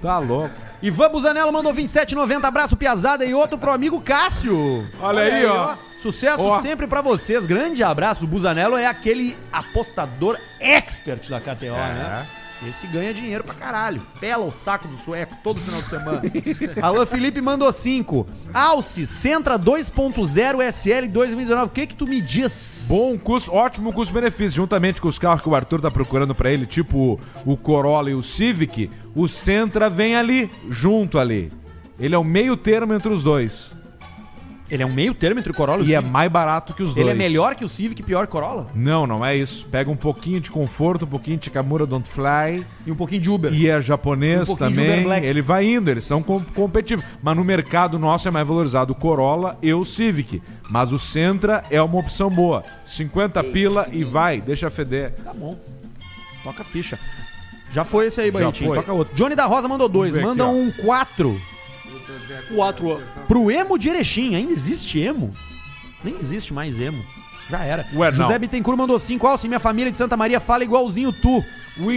Tá louco. Ivan Buzanello mandou 27,90. Abraço, Piazada. E outro pro amigo Cássio. Olha aí, ó. Sucesso Ó. sempre pra vocês. Grande abraço. O Buzanello é aquele apostador expert da KTO, É. né? Esse ganha dinheiro pra caralho. Pela o saco do sueco todo final de semana. Alan Felipe mandou 5. Alce Sentra 2.0 SL 2019. O que que tu me diz? Bom custo, ótimo custo-benefício, juntamente com os carros que o Arthur tá procurando pra ele, tipo o Corolla e o Civic, o Sentra vem ali, junto ali. Ele é o meio termo entre os dois. Ele é um meio termo entre o Corolla e o E é Civic. mais barato que os dois. Ele é melhor que o Civic e pior que o Corolla? Não, não é isso. Pega um pouquinho de conforto, um pouquinho de Kamura Don't Fly. E um pouquinho de Uber. E é japonês Um pouquinho de Uber também. Black. Ele vai indo, eles são com- competitivos. Mas no mercado nosso é mais valorizado o Corolla e o Civic. Mas o Sentra é uma opção boa. 50 pila e vai, deixa feder. Tá bom. Toca a ficha. Já foi esse aí, Barretinho. foi. Toca outro. Johnny da Rosa mandou dois. Vamos ver Manda aqui, ó. um quatro Quatro. pro Emo de Erechim. Ainda existe Emo? Nem existe mais Emo. Já era. Ué, não. José Bittencourt mandou cinco. Alce, minha família de Santa Maria fala igualzinho tu. O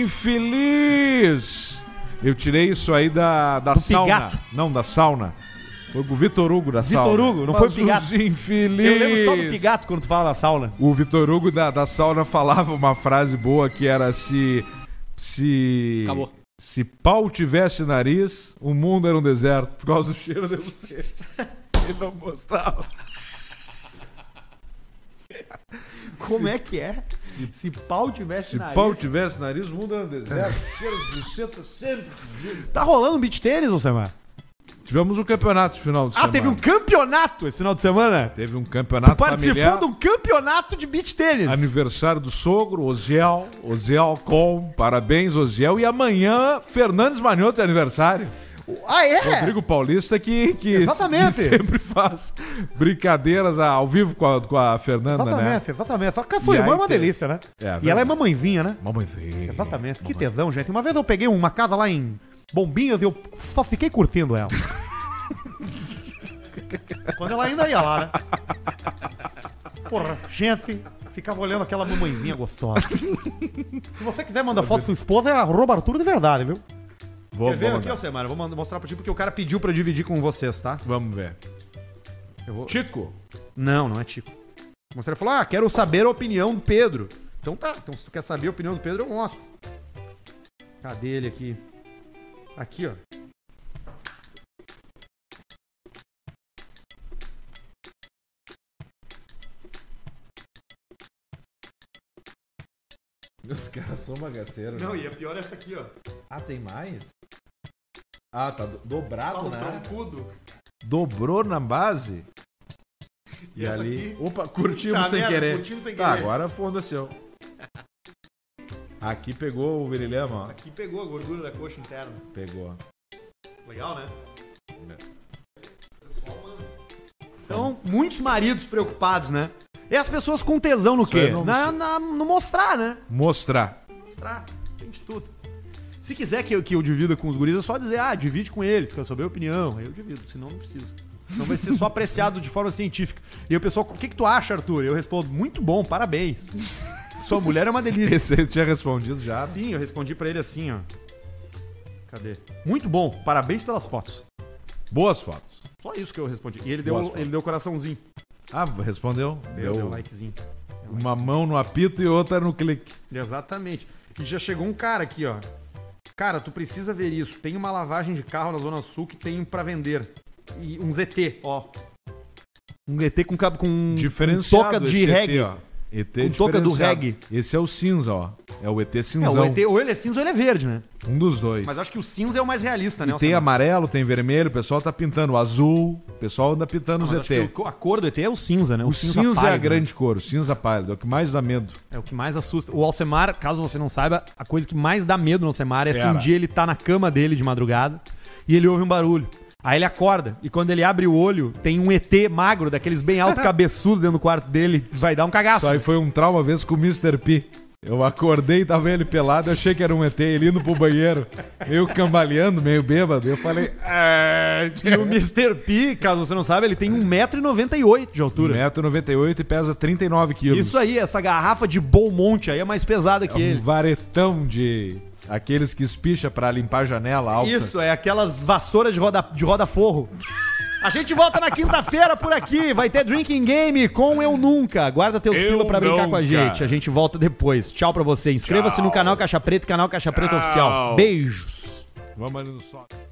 infeliz! Eu tirei isso aí da, da Do sauna. Pigato. Não, da sauna. Foi com o Vitor Hugo da Vitor sauna. Hugo, não foi o Mas Pigato. Os infeliz. Eu lembro só do Pigato quando tu fala da sauna. O Vitor Hugo da, da sauna falava uma frase boa que era se. Se. Acabou. Se pau tivesse nariz, o mundo era um deserto. Por causa do cheiro de você. Ele não gostava. Como é que é? Se pau tivesse Se pau tivesse nariz, o mundo era um deserto. Cheiro de buceta sempre. Tá rolando um beat tênis, Alcemar? Tivemos um campeonato no final de Ah, semana. teve um campeonato esse final de semana? Teve um campeonato Participou familiar. de um campeonato de beat tênis. Aniversário do sogro, Oziel. Oziel Com. Parabéns, Oziel. E amanhã, Fernandes Manioto é aniversário. Ah, é? Rodrigo Paulista que, que Exatamente. que sempre faz brincadeiras ao vivo com a, com a Fernanda, né? Exatamente, exatamente. Só que a sua E irmã aí é uma tem- delícia, né? É, e ela é verdade. mamãezinha, né? né? Mamãezinha. Exatamente. Que tesão, gente. Uma vez eu peguei uma casa lá em Bombinhas e eu só fiquei curtindo ela. Quando ela ainda ia lá, né? Porra, gente, ficava olhando aquela mamãezinha gostosa. Se você quiser mandar foto da sua esposa, é arroba Arthur de verdade, viu? Vou, Quer ver vamos, aqui, ver. ó, Semara? Vou mandar- mostrar pra ti, porque o cara pediu pra eu dividir com vocês, tá? vamos ver. Eu vou- Tico. Não, não é Tico. Mostrei e falou: Ah, quero saber a opinião do Pedro. Então tá, então se tu quer saber a opinião do Pedro, eu mostro. Cadê ele aqui? Aqui, ó. Os caras são né? bagaceiros. Não, e a pior é essa aqui, ó. Ah, tem mais? Ah, tá do- dobrado, Um né? troncudo. Dobrou na base? E, E essa ali. aqui. Opa, curtimos Puta sem merda, querer. curtimos sem tá, querer. agora foda-se. Aqui pegou o virilhama, ó. Aqui pegou a gordura da coxa interna. Pegou. Legal, né? Então, muitos maridos preocupados, né? E as pessoas com tesão no quê? aí não- Na, na- no mostrar, né? Mostrar. mostrar. Tem de tudo. Se quiser que eu, que eu divida com os guris, é só dizer, ah, divide com eles, quero saber a opinião. Aí Eu divido, senão não precisa. Não vai ser só apreciado de forma científica. E aí o pessoal, o que, que tu acha, Arthur? Eu respondo, muito bom, parabéns. Sua mulher é uma delícia. Esse eu tinha respondido já. Sim, eu respondi pra ele assim, ó. Cadê? Muito bom, parabéns pelas fotos. Boas fotos. Só isso que eu respondi. E ele Boas deu, fotos. ele deu coraçãozinho. Ah, respondeu? Deu, deu likezinho. Uma mão no apito e outra no clique. Exatamente. E já chegou um cara aqui, ó. Cara, tu precisa ver isso. Tem uma lavagem de carro na Zona Sul que tem pra vender. E um ZT, ó. Um ZT com cabo com Diferenciado. com toca de esse reggae. ET, ó. ET Com toca do diferenciado. reggae. Esse é o cinza, ó. É o ET É, cinzão. o ET, ou ele é cinza ou ele é verde, né? Um dos dois. Mas acho que o cinza é o mais realista, né? E tem Alcemar? amarelo, tem vermelho, o pessoal tá pintando. Azul, o pessoal anda Não, pintando mas os acho que ET. o- a cor do ET é o cinza, né? O cinza, é a pálido, né? grande cor, o cinza pálido, é o que mais dá medo. É o que mais assusta. O Alcemar, caso você não saiba, a coisa que mais dá medo no Alcemar é se um Fera. dia ele tá na cama dele de madrugada e ele ouve um barulho. Aí ele acorda e quando ele abre o olho, tem um ET magro, daqueles bem alto cabeçudo dentro do quarto dele, vai dar um cagaço. Isso aí foi um trauma uma vez com o Mr. P. Eu acordei e tava ele pelado, eu achei que era um ET, ele indo pro banheiro, meio cambaleando, meio bêbado. Eu falei, ah, E o Mr. P, caso você não saiba, ele tem 1,98m de altura. 1,98m e pesa 39 quilos. Isso aí, essa garrafa de Beaumont aí é mais pesada que é um ele. varetão de aqueles que espicha pra limpar a janela alta. Isso, é aquelas vassouras de roda, de roda forro. A gente volta na quinta-feira por aqui. Vai ter Drinking Game com Eu Nunca. Guarda teus Eu pila pra brincar com a nunca. gente. A gente volta depois. Tchau pra você. Inscreva-se no canal Caixa Preta e canal Caixa Preta Oficial. Beijos. Vamos ali no sótão.